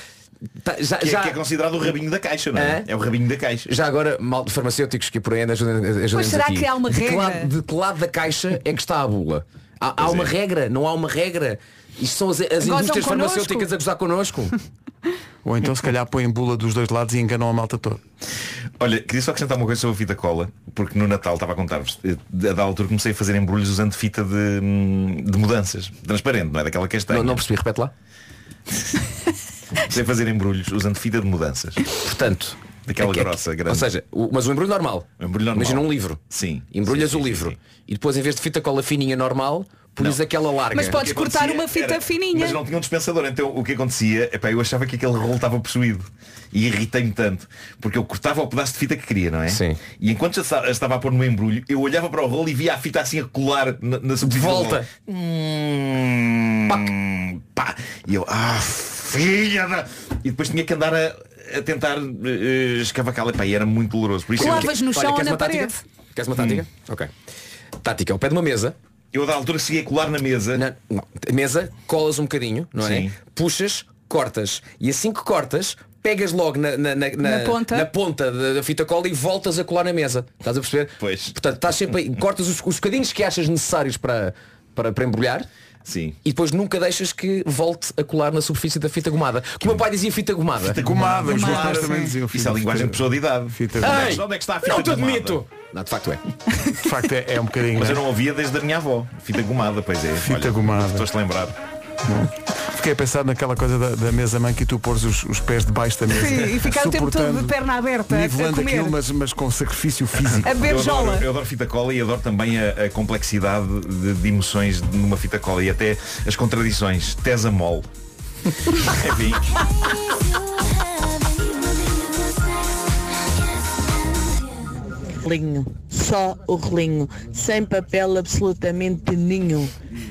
H: tá- já,
K: Ah, Que é-
H: já-
K: que é considerado o rabinho da caixa, não é?
H: Hã?
K: É o rabinho da caixa.
H: Já agora, mal farmacêuticos que por aí andam, ajudem- ajudem-nos
D: Pois será
H: aqui.
D: que há uma
H: De que,
D: regra?
H: lado, de que lado da caixa é que está a bula? Há, há
K: Pois
H: uma
K: é.
H: regra? Não há uma regra? Isto são as, as
D: Gozam
H: indústrias
D: connosco.
H: farmacêuticas a gozar connosco.
B: Ou então se calhar põem bula dos dois lados e enganam a malta toda.
K: Olha, queria só acrescentar uma coisa sobre a fita cola, porque no Natal estava a contar-vos, eh, da da altura comecei a fazer embrulhos usando fita de, hum, de mudanças, transparente, não é daquela castanha.
H: Não, não percebi, repete lá.
K: comecei a fazer embrulhos usando fita de mudanças.
H: Portanto,
K: daquela
H: é que é que-
K: grossa, grande.
H: Ou seja, o- mas o embrulho normal.
K: Embrulho normal.
H: Imagina um livro.
K: Sim.
H: Embrulhas o livro. E depois em vez de fita cola fininha normal, pões
K: Não.
H: aquela larga.
D: Mas podes
K: O que
D: cortar
K: acontecia
D: uma fita
K: era-
D: fininha.
K: Mas não tinha um dispensador, então o que acontecia, epá, eu achava que aquele rolo estava possuído. E irritei-me tanto. Porque eu cortava o pedaço de fita que queria, não é? Sim. E enquanto já sa- estava a pôr no embrulho, eu olhava para o rolo e via a fita assim a colar na, na
H: De
K: superfície do
H: volta.
K: rolo. Hum, pá. E eu, ah, filha da... E depois tinha que andar a, a tentar eh, escavacá-la. Epá, E era muito doloroso. Por isso eu-
D: Colavas no
K: Olha,
D: chão ou
K: queres
D: na
K: uma tática?
D: parede.
H: Queres uma tática?
B: Hum.
H: Ok. Tática, ao pé de uma mesa.
K: Eu da altura segui a colar na mesa.
H: Na, não, mesa, colas um bocadinho, não é? Puxas, cortas. E assim que cortas, pegas logo na, na, na,
D: Na ponta.
H: ponta da, da fita cola e voltas a colar na mesa. Estás a perceber? Pois. Portanto, estás sempre aí, cortas os, os bocadinhos que achas necessários para, para, para embrulhar. Sim. E depois nunca deixas que volte a colar na superfície da fita gomada. Que o meu pai dizia fita gomada.
B: Fita gomada, os meus pais também diziam.
K: Isso é a linguagem de pessoa de idade.
H: Ei,
K: Onde é que está a fita
H: não te
K: gomada?
H: admito! Não, de facto é.
B: De facto é, é um bocadinho.
K: Mas
B: né?
K: eu não ouvia desde a minha avó. Fita gomada, pois é. Fita
B: gomada.
K: Estou-te a lembrar.
B: Fiquei a pensar naquela coisa da, da mesa mãe que tu pôres os, os pés debaixo da mesa.
D: Sim, e ficar o tempo todo de
B: suportando,
D: perna aberta a
B: Nivelando
D: comer.
B: aquilo, mas, mas com sacrifício físico.
D: A
K: Eu
D: berinjela.
K: adoro, eu adoro fita cola e adoro também a, a complexidade de, de emoções numa fita cola e até as contradições. Tesa mol. Enfim.
P: Rolinho. Só o rolinho. Sem papel absolutamente nenhum.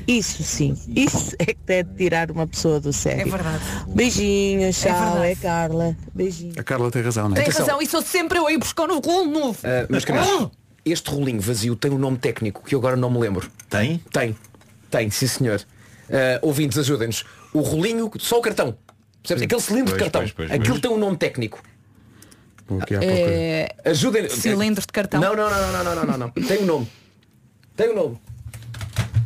P: Isso sim. Isso é que deve tirar uma pessoa do sério.
D: É verdade.
P: Beijinhos,
D: É
P: tchau.
D: verdade.
P: é Carla. Beijinhos.
B: A Carla tem razão, não é?
D: Tem razão, e sou sempre eu aí buscar um rolo novo.
H: Ah, meus queridos, este rolinho vazio tem um nome técnico que eu agora não me lembro.
K: Tem?
H: Tem. Tem, sim senhor. Ah, ouvintes, ajudem-nos. O rolinho, só o cartão. Percebes? Aquele cilindro
K: Pois,
H: de cartão.
K: pois, pois,
H: Aquilo
K: pois.
H: tem um nome técnico.
D: É,
H: Ajudem
D: cilindros de cartão.
H: Não, não, não, não, não, não, não, não. Tem um nome. Tem um nome.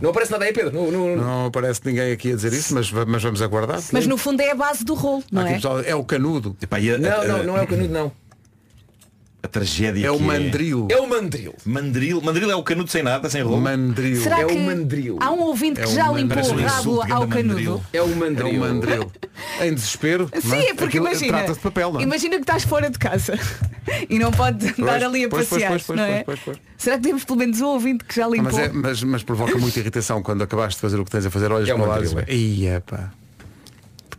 H: Não aparece nada aí, Pedro. Não, não,
B: Não aparece ninguém aqui a dizer isso, mas, va- mas vamos aguardar.
D: Mas no fundo é a base do rolo,
B: Há
D: não
B: aqui
D: é?
B: pessoal, é o canudo.
H: Não, não, não é o canudo, não.
K: A tragédia
B: É o
K: que
B: mandril.
H: É o mandril.
K: Mandril. Mandril é o canudo sem nada, sem rolo.
B: "É
K: um
B: Mandril.
D: Oh. Será que há um ouvinte que já limpou o rabo ao canudo?
H: É o mandril.
B: É o mandril. em desespero. não
D: Sim,
B: é?
D: é porque
B: Aquilo
D: imagina.
B: Trata-se de papel, não é?
D: Imagina que estás fora de casa e não podes andar
B: Pois,
D: ali a
B: pois, pois,
D: passear,
B: pois, pois,
D: não é?
B: pois, pois,
D: Será que temos pelo menos um ouvinte que já
B: Ah,
D: limpou?
B: mas, é- mas- mas provoca muita irritação quando acabaste de fazer o que tens a fazer, olhas
H: É o
B: para lá
H: mandril,
B: e Ia, pá.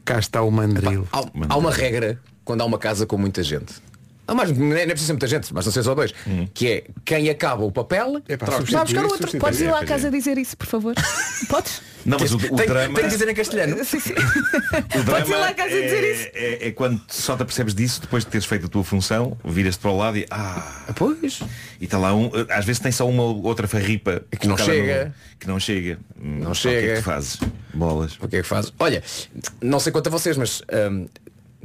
B: Cá está o mandril.
H: Há, há uma regra quando há uma casa com muita gente. Não, mas não é não é preciso ser muita gente, mas não sei só dois. Que é quem acaba o papel, troca.
D: Vai buscar outro. Podes ir lá à casa dizer isso, por favor? Podes?
K: Não, mas o, o
H: Tem-
K: drama. é
H: tem que dizer em castelhano.
D: Sim, sim.
K: O
D: Podes ir
K: drama
D: lá à casa
K: é,
D: dizer isso.
K: É, é quando só te apercebes disso depois de teres feito a tua função, viras-te para o lado e. Ah,
H: pois. É
K: E está lá um. Às vezes tem só uma ou outra farripa
H: Que não
K: colocada
H: chega.
K: no- que não chega. Hum,
H: Não
K: pá, O que é
H: chega.
K: que tu fazes? Bolas.
H: O que é que fazes? Olha, não sei quanto a vocês, mas hum,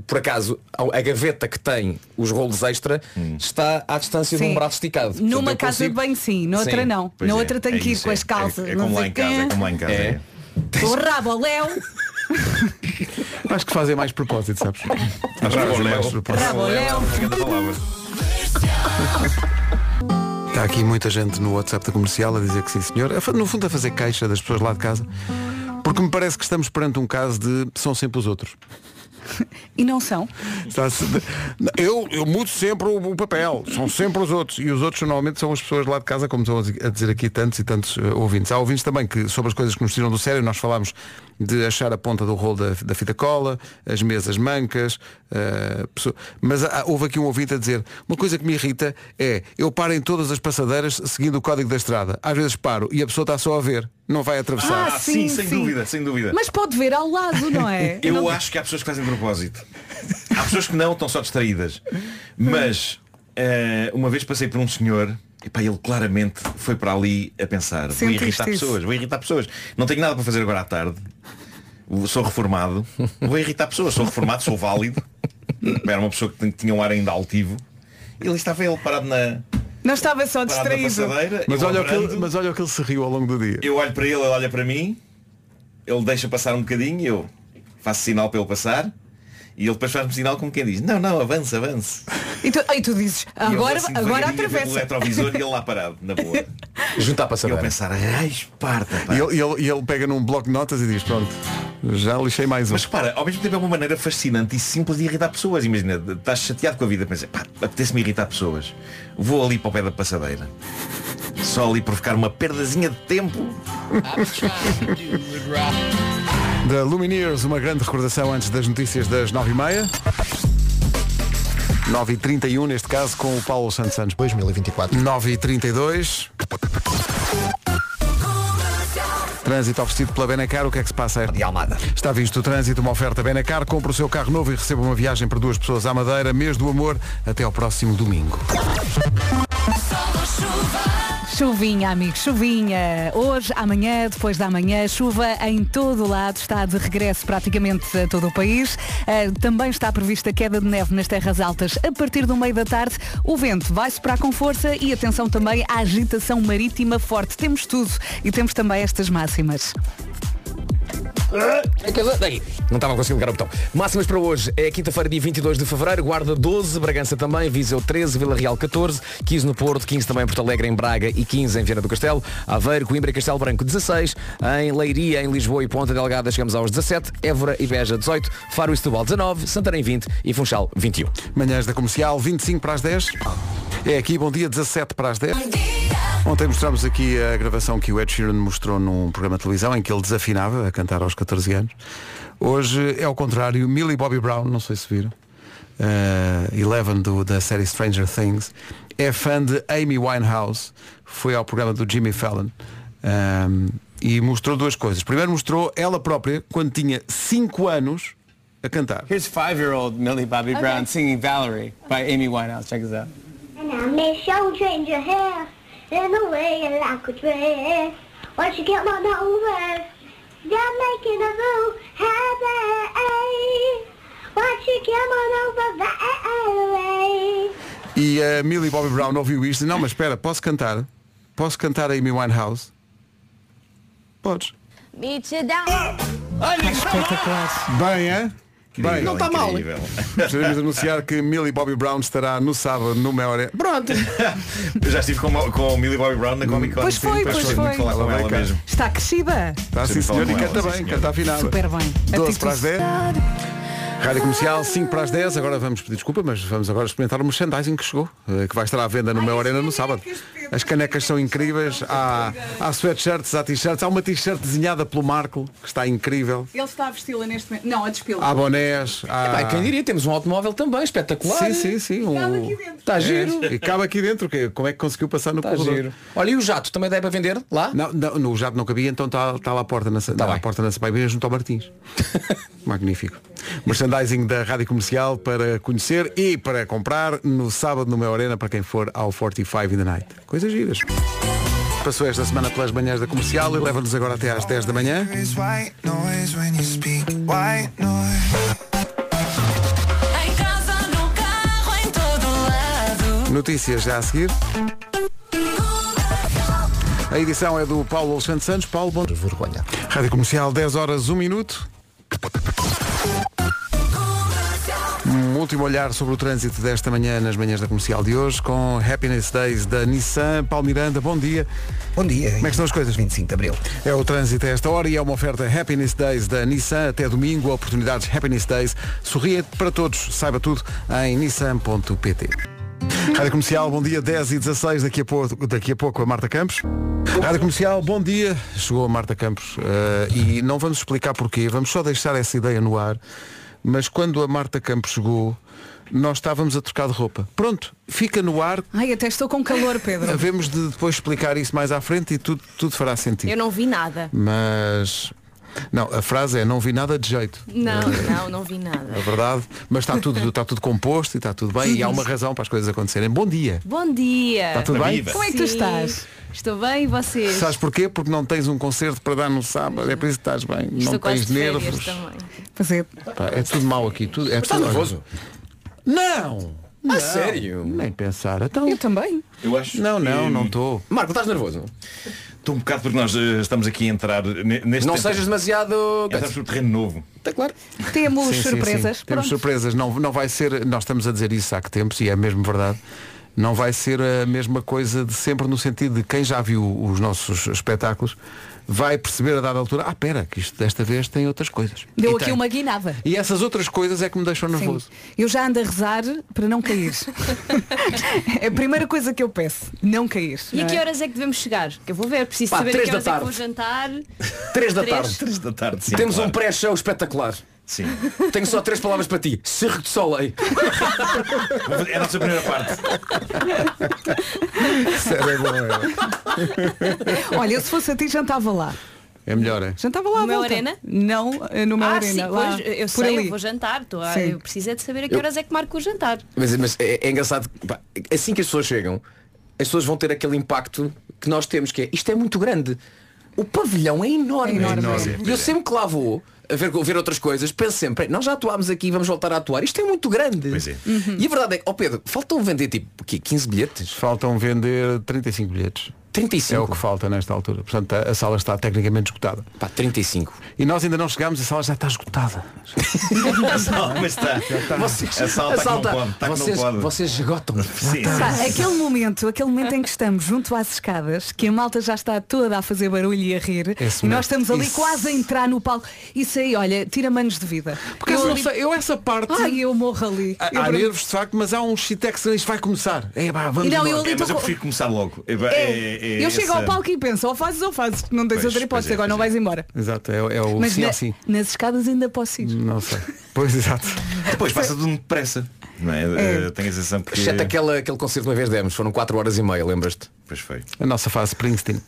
H: por acaso a a gaveta que tem os rolos extra está à distância de
D: Sim.
H: um braço esticado. Portanto,
D: Numa
H: eu
D: casa de
H: consigo-
D: banho sim, noutra
H: Sim,
D: não.
H: pois
D: Na
H: é,
D: outra tenho
H: é
D: que ir
H: isso,
D: com
H: é-
D: as calças.
K: É como lá em casa, é como lá em casa.
H: É.
K: é.
D: O rabo ao léu.
B: Acho que fazem mais propósito, sabes?
K: Mas
B: Fazem
K: Raboleu.
B: mais propósito.
K: Raboleu. Grande palavra.
B: Está aqui muita gente no WhatsApp da comercial a dizer que sim, senhor. A fa- No fundo, a fazer caixa das pessoas lá de casa. Porque me parece que estamos perante um caso de são sempre os outros.
D: E não são.
B: Está-se de- Eu, eu mudo sempre o, o papel, são sempre os outros. E os outros normalmente são as pessoas lá de casa, como estão a dizer aqui tantos e tantos eh, ouvintes. Há ouvintes também que sobre as coisas que nos tiram do sério, nós falámos de achar a ponta do rolo da, da fita cola, as mesas mancas, eh, pessoa- mas há- houve aqui um ouvinte a dizer, uma coisa que me irrita é eu paro em todas as passadeiras seguindo o código da estrada. Às vezes paro e a pessoa está só a ver, não vai atravessar.
K: Ah, sim, sem dúvida, sem dúvida.
D: Mas pode ver ao lado, não é?
K: Eu
D: Não-
K: acho que há pessoas que fazem de propósito. Há pessoas que não, estão só distraídas. Mas eh, uma vez passei por um senhor. Epá, ele claramente foi para ali a pensar Vou
N: Sentiste
K: irritar
N: isso?
K: pessoas, vou irritar pessoas Não tenho nada para fazer agora à tarde Sou reformado Vou irritar pessoas, sou reformado, sou válido Era uma pessoa que tinha um ar ainda altivo Ele estava ele parado na,
D: Não estava só
K: parado na
D: distraído.
K: passadeira
B: Mas
K: eu
B: olha, o que ele,
K: operando.
B: mas olha o que ele se riu ao longo do dia.
K: Eu olho para ele, ele olha para mim, ele deixa passar um bocadinho, eu faço sinal para ele passar e ele depois faz-me sinal como quem diz, não, não, avance, avance.
D: E tu, aí tu dizes,
K: E eu
D: agora,
K: assim,
D: agora
K: devagarinho, pelo
D: atravessa.
K: retrovisor e ele lá parado, na boa.
H: Juntar para
K: E eu pensar, ai, esparta.
B: E ele, e ele- e ele pega num bloco de notas e diz, pronto, já lixei mais um.
K: Mas repara, ao mesmo tempo é uma maneira fascinante e simples de irritar pessoas. Imagina, estás chateado com a vida, pensa, pá, apetece-me irritar pessoas. Vou ali para o pé da passadeira. Só ali provocar uma perdazinha de tempo.
B: Da Lumineers, uma grande recordação antes das notícias das 9h30. 9h31, neste caso, com o Paulo Santos Santos. 2024. 9h32. Trânsito oferecido pela Benacar, o que é que se passa? De Almada. Está visto o trânsito, uma oferta Benacar. Compre o seu carro novo e receba uma viagem para duas pessoas à Madeira. Mês do amor, até ao próximo domingo.
D: Chuvinha, amigos, chuvinha. Hoje, amanhã, depois da manhã, chuva em todo o lado. Está de regresso praticamente a todo o país. Ah, também está prevista queda de neve nas terras altas a partir do meio da tarde. O vento vai soprar com força e atenção também à agitação marítima forte. Temos tudo e temos também estas máximas.
H: Daí. Não estava a conseguir ligar o botão. Máximas para hoje é quinta-feira, dia 22 de fevereiro. Guarda 12, Bragança também, Viseu 13, Vila Real 14, 15 no Porto, 15 também em Porto Alegre, em Braga e 15 em Viana do Castelo, Aveiro, Coimbra e Castelo Branco 16, em Leiria, em Lisboa e Ponta Delgada chegamos aos 17, Évora e Beja 18, Faro e Setúbal 19, Santarém 20 e um. Funchal 21.
B: Manhãs da Comercial, 25 para as 10. É aqui, bom dia, 17 para as 10. Ontem mostramos aqui a gravação que o Ed Sheeran mostrou num programa de televisão em que ele desafinava a cantar aos 14 anos. Hoje é ao contrário, Millie Bobby Brown, não sei se viram, eh, Eleven do, da série Stranger Things, é fã de Amy Winehouse, foi ao programa do Jimmy Fallon ahm, e mostrou duas coisas. Primeiro mostrou ela própria, quando tinha 5 anos, a cantar.
Q: Here's five-year-old Millie Bobby
F: Okay.
Q: Brown singing "Valerie" by Amy Winehouse. Check this out.
F: And I may show change your hair in a way you like a dress. Once you get one over, you're making a real happy. Once you get one over, that
B: E a Millie Bobby Brown ouviu isto e não, mas espera, posso cantar? Posso cantar a Amy Winehouse? Podes.
J: Meet you down. Olha,
B: Bem, é?
J: Incrível,
B: Bem,
J: Não tá mal. incrível.
B: Gostaríamos de anunciar que Millie Bobby Brown estará no sábado numa hora.
D: Pronto.
K: Eu já estive com, o- com o Millie Bobby Brown na Comic Con.
D: Pois
K: sim,
D: foi, pois
K: gostei muito de
D: foi.
K: falar com ela mesmo.
D: Está crescida.
B: Está sim,
K: Gostei
B: senhor,
K: de
B: e
K: falar com
B: canta
K: ela,
B: bem,
K: sim,
B: canta afinado.
D: Super bem.
B: 12
D: Atitude.
B: para as 10. Rádio Comercial, 5 para as 10, agora vamos pedir desculpa, mas vamos agora experimentar o merchandising que chegou, eh, que vai estar à venda no Meu Arena no sábado. As canecas são incríveis, há, há sweatshirts, há t-shirts, há uma t-shirt desenhada pelo Marco, que está incrível,
D: Ele está a vesti-la neste momento. Não, a despila.
B: há bonés, há...
H: Epá, quem diria, temos um automóvel também, espetacular.
B: Sim, sim, sim. um-
H: Está giro.
B: É, e cabe aqui dentro, que, como é que conseguiu passar no
H: Está
B: corredor?
H: Tá giro. Olha, e o jato também dá para vender lá?
B: Não, não, no jato não cabia, então está está lá a porta na, tá lá a porta na Sampaio junto ao Martins. Magnífico. Merchandising da Rádio Comercial para conhecer e para comprar no sábado no Meu Arena para quem for ao 45 in the Night. Coisas giras. Passou esta semana pelas manhãs da comercial e leva-nos agora até às 10 da manhã.
J: Em casa, no carro, em todo lado.
B: Notícias já a seguir. A edição é do Paulo Alexandre Santos. Paulo, bom vergonha. Rádio Comercial, 10 horas, 1 minuto. Um último olhar sobre o trânsito desta manhã nas manhãs da comercial de hoje com Happiness Days da Nissan. Paulo Miranda, bom dia.
C: Bom dia. Como
B: é que estão as coisas?
C: 25 de Abril.
B: É o trânsito a esta hora e é uma oferta Happiness Days da Nissan até domingo. Oportunidades Happiness Days. Sorria para todos. Saiba tudo em nissan.pt. Rádio Comercial, bom dia, 10 e 16, daqui a pouco, daqui a, pouco a Marta Campos. Rádio Comercial, bom dia, chegou a Marta Campos eh, e não vamos explicar porquê, vamos só deixar essa ideia no ar, mas quando a Marta Campos chegou, nós estávamos a trocar de roupa. Pronto, fica no ar,
D: Ai, até estou com calor, Pedro.
B: havemos de depois explicar isso mais à frente e tudo, tudo fará sentido.
R: Eu não vi nada.
B: Mas. Não, a frase é não vi nada de jeito.
R: Não, não, não vi nada.
B: É verdade. Mas está tudo, está tudo composto e está tudo bem e há
R: Uhum.
B: uma razão para as coisas acontecerem. Bom dia.
R: Bom dia.
K: Tá
B: Está tudo bem? Viva.
R: Como é que tu estás? Estou bem e vocês?
B: Sabes porquê? Porque não tens um concerto para dar no sábado. É por isso que estás bem.
R: Estou
B: não
R: quase
B: tens
R: de férias
B: nervos.
R: também.
D: Pois é.
B: Pá, é tudo mal aqui. Tudo, é
H: Mas estás
B: tudo- olha,
H: nervoso?
B: Não!
H: A
B: Não.
H: sério?
B: Nem pensar. Então...
D: Eu também.
K: Eu acho.
B: Não, não, não estou.
H: Marco, estás nervoso?
K: Estou um bocado porque nós eh, estamos aqui a entrar ne- neste.
H: Não sejas demasiado.
K: Entramos por terreno novo.
H: Está Tá claro.
D: Temos
B: Sim, sim, sim.
D: surpresas.
B: Temos
D: Pronto.
B: surpresas. Não, não vai ser, nós estamos a dizer isso há que tempos e é mesmo verdade. Não vai ser a mesma coisa de sempre no sentido de quem já viu os nossos espetáculos vai perceber a dada altura, ah pera, que isto desta vez tem outras coisas.
D: Deu
B: E
D: aqui
B: tem.
D: uma guinada.
B: E essas outras coisas é que me deixam nervoso.
D: Eu já ando a rezar para não cair. é a primeira coisa que eu peço, não cair.
R: E a
D: não
R: que
D: é?
R: horas é que devemos chegar? Que eu vou ver, preciso
D: Pá,
R: saber a
D: três
R: que
D: da
R: horas é que
D: tarde.
R: vou jantar.
H: 3 da
R: Três.
H: tarde.
K: 3 da tarde, sim.
H: Temos
K: claro.
H: um pré-show espetacular.
K: Sim.
H: Tenho só três palavras para ti. Cirque du Soleil.
K: É a nossa primeira parte.
B: Sério, é bom,
D: Olha, eu se fosse a ti jantava lá.
B: é. é melhor, é?
D: Jantava lá
R: é?
D: à
R: No meu
D: volta.
R: arena?
D: Não, eh, no meu
R: ah,
D: arena.
R: sim,
D: lá,
R: pois, eu
D: por
R: sei,
D: ali.
R: eu vou jantar. Tô, a-
D: Sim.
R: eu preciso é de saber a que
H: Eu-
R: horas é que marco o jantar.
H: Mas, mas é, é engraçado, que, pá, assim que as pessoas chegam, as pessoas vão ter aquele impacto que nós temos, que é isto é muito grande. O pavilhão é enorme.
D: É enorme. É enorme.
H: E eu sempre que lá vou a ver, a ver outras coisas, penso sempre, nós já atuámos aqui, vamos voltar a atuar. Isto é muito grande. E a verdade é que, ó Pedro, faltam vender tipo o quê? 15 bilhetes?
B: Faltam vender 35 bilhetes.
H: 35?
B: É o que falta nesta altura. Portanto, a, a sala está tecnicamente esgotada.
H: Pá, 35.
B: E nós ainda não chegámos, a sala já está esgotada.
K: A sala, mas está.
H: Vocês-
K: A sala está que não pode. Está que não
H: vocês,
K: pode.
H: vocês esgotam. Tá.
K: Sim,
D: Pá, aquele momento, aquele momento em que estamos junto às escadas, que a malta já está toda a fazer barulho e a rir,
B: Esse
D: e
B: momento.
D: nós estamos ali
B: É Isso.
D: quase a entrar no palco. Isso aí, olha, tira manos de vida.
B: Porque eu, não sei, Ah, eu essa parte.
D: Ai, eu morro ali.
B: Há,
D: Eu
B: há
D: para mim-
B: nervos de facto, mas há um shitex isto vai começar. É, pá, vamos
D: E não,
B: embora.
D: eu ali
K: É, mas
D: tô
K: eu
D: com-
K: prefiro começar logo. É, é, é
D: Então eu chego ao
K: essa-
D: palco e penso, ou fazes ou fazes, não tens
K: Pois,
D: outra hipótese,
K: pois é,
D: agora não vais embora.
B: Exato, é, é o
D: Mas
B: sim
D: na-
B: ou sim.
D: nas escadas ainda posso ir.
B: Não sei. Pois exato.
K: Depois passa tudo muito depressa. Não é? Eh, Tenho a sensação que.
H: Exceto aquela, aquele concerto que uma vez demos, foram 4 horas e meia, lembras-te?
K: Pois foi.
B: A nossa fase Princeton.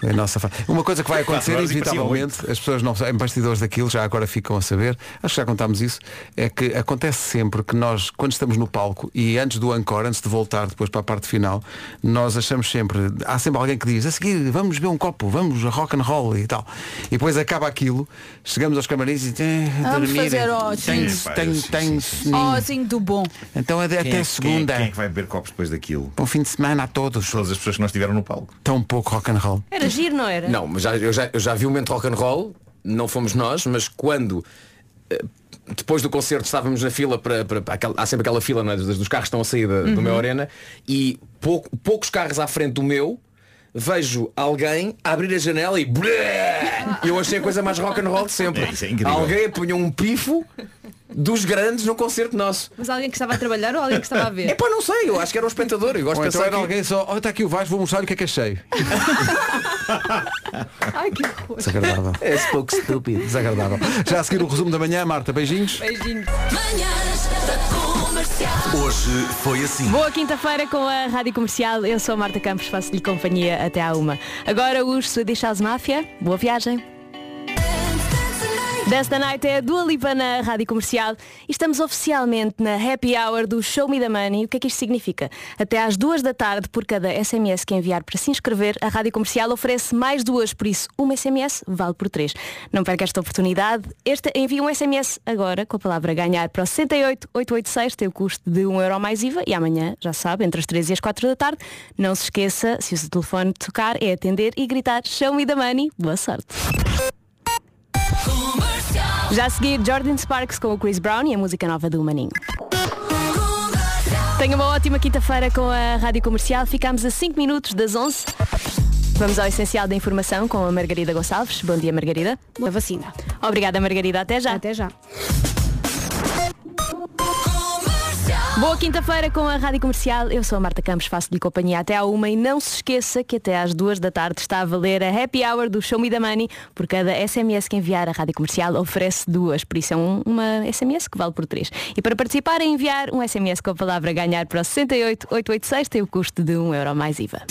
B: Foi a nossa fase. Uma coisa que vai acontecer
K: Quatro horas e parecia
B: inevitavelmente, as pessoas não em bastidores daquilo já agora ficam a saber, acho que já contámos isso, é que acontece sempre que nós, quando estamos no palco e antes do encore, antes de voltar depois para a parte final, nós achamos sempre, há sempre alguém que diz, a seguir vamos ver um copo, vamos a rock and roll e tal. E depois acaba aquilo, chegamos aos camarins e eh,
D: Vamos
B: dormir.
D: fazer ótimos.
K: Sim, pá,
B: Tenho,
K: sim,
B: tenho,
D: Ózinho Oh, do bom.
B: Então até
K: Quem é- quem é-
B: segunda.
K: Quem é que vai beber copos depois daquilo?
B: Bom fim de semana a todos.
K: Todas as pessoas que não estiveram no palco.
B: Tão pouco rock and roll.
R: Era giro, não era?
H: Não, mas já, eu, já, eu já vi o momento rock and roll, não fomos nós, mas quando eh, depois do concerto estávamos na fila para, para, para aquela- há sempre aquela fila não é, dos, dos carros que estão a sair da, do
S: Uhum.
H: meu arena e pouco- poucos carros à frente do meu vejo alguém abrir a janela e brrr, eu achei a coisa mais rock and roll de sempre
K: É, isso é incrível.
H: alguém apanhou um pifo dos grandes num concerto nosso
R: Mas alguém que estava a trabalhar ou alguém que estava a ver?
H: é pá não sei eu acho que era um espectador eu gosto
B: Ou
H: de
B: então
H: pensar
B: era
H: que-
B: alguém só, olha está aqui o Vais, vou mostrar-lhe o que é que achei.
R: Ai, que horror.
B: Desagradável.
H: É pouco estúpido.
B: Desagradável. Já a seguir o resumo da manhã, Marta, beijinhos.
R: Beijinho.
A: Hoje foi assim.
T: Boa quinta-feira com a Rádio Comercial. Eu sou a Marta Campos, faço-lhe companhia até à uma. Agora os Swedish House Mafia. Boa viagem. Dance the Night é a Dua Lipa na Rádio Comercial e estamos oficialmente na Happy Hour do Show Me The Money. O que é que isto significa? Até às duas da tarde, por cada SMS que enviar para se inscrever, a Rádio Comercial oferece mais duas, por isso um uma SMS vale por três. Não perca esta oportunidade. Este, envie um SMS agora com a palavra ganhar para o 68886, tem o custo de 1 euro mais IVA e amanhã, já sabe, entre as 3 e as 4 da tarde. Não se esqueça, se o seu telefone tocar, é atender e gritar Show Me The Money. Boa sorte. Já a seguir, Jordan Sparks com o Chris Brown e a música nova do Maninho. Tenha uma ótima quinta-feira com a Rádio Comercial. Ficamos a 5 minutos das 11. Vamos ao essencial da informação com a Margarida Gonçalves. Bom dia, Margarida. Boa vacina. Obrigada, Margarida. Até já. Até já. Boa quinta-feira com a Rádio Comercial. Eu sou a Marta Campos, faço-lhe companhia até à uma e não se esqueça que até às duas da tarde está a valer a Happy Hour do Show Me the Money. Por cada SMS que enviar, a Rádio Comercial oferece duas, por isso é um- uma SMS que vale por três. E para participar, é enviar um SMS com a palavra ganhar para o 68886 tem o custo de um euro mais IVA.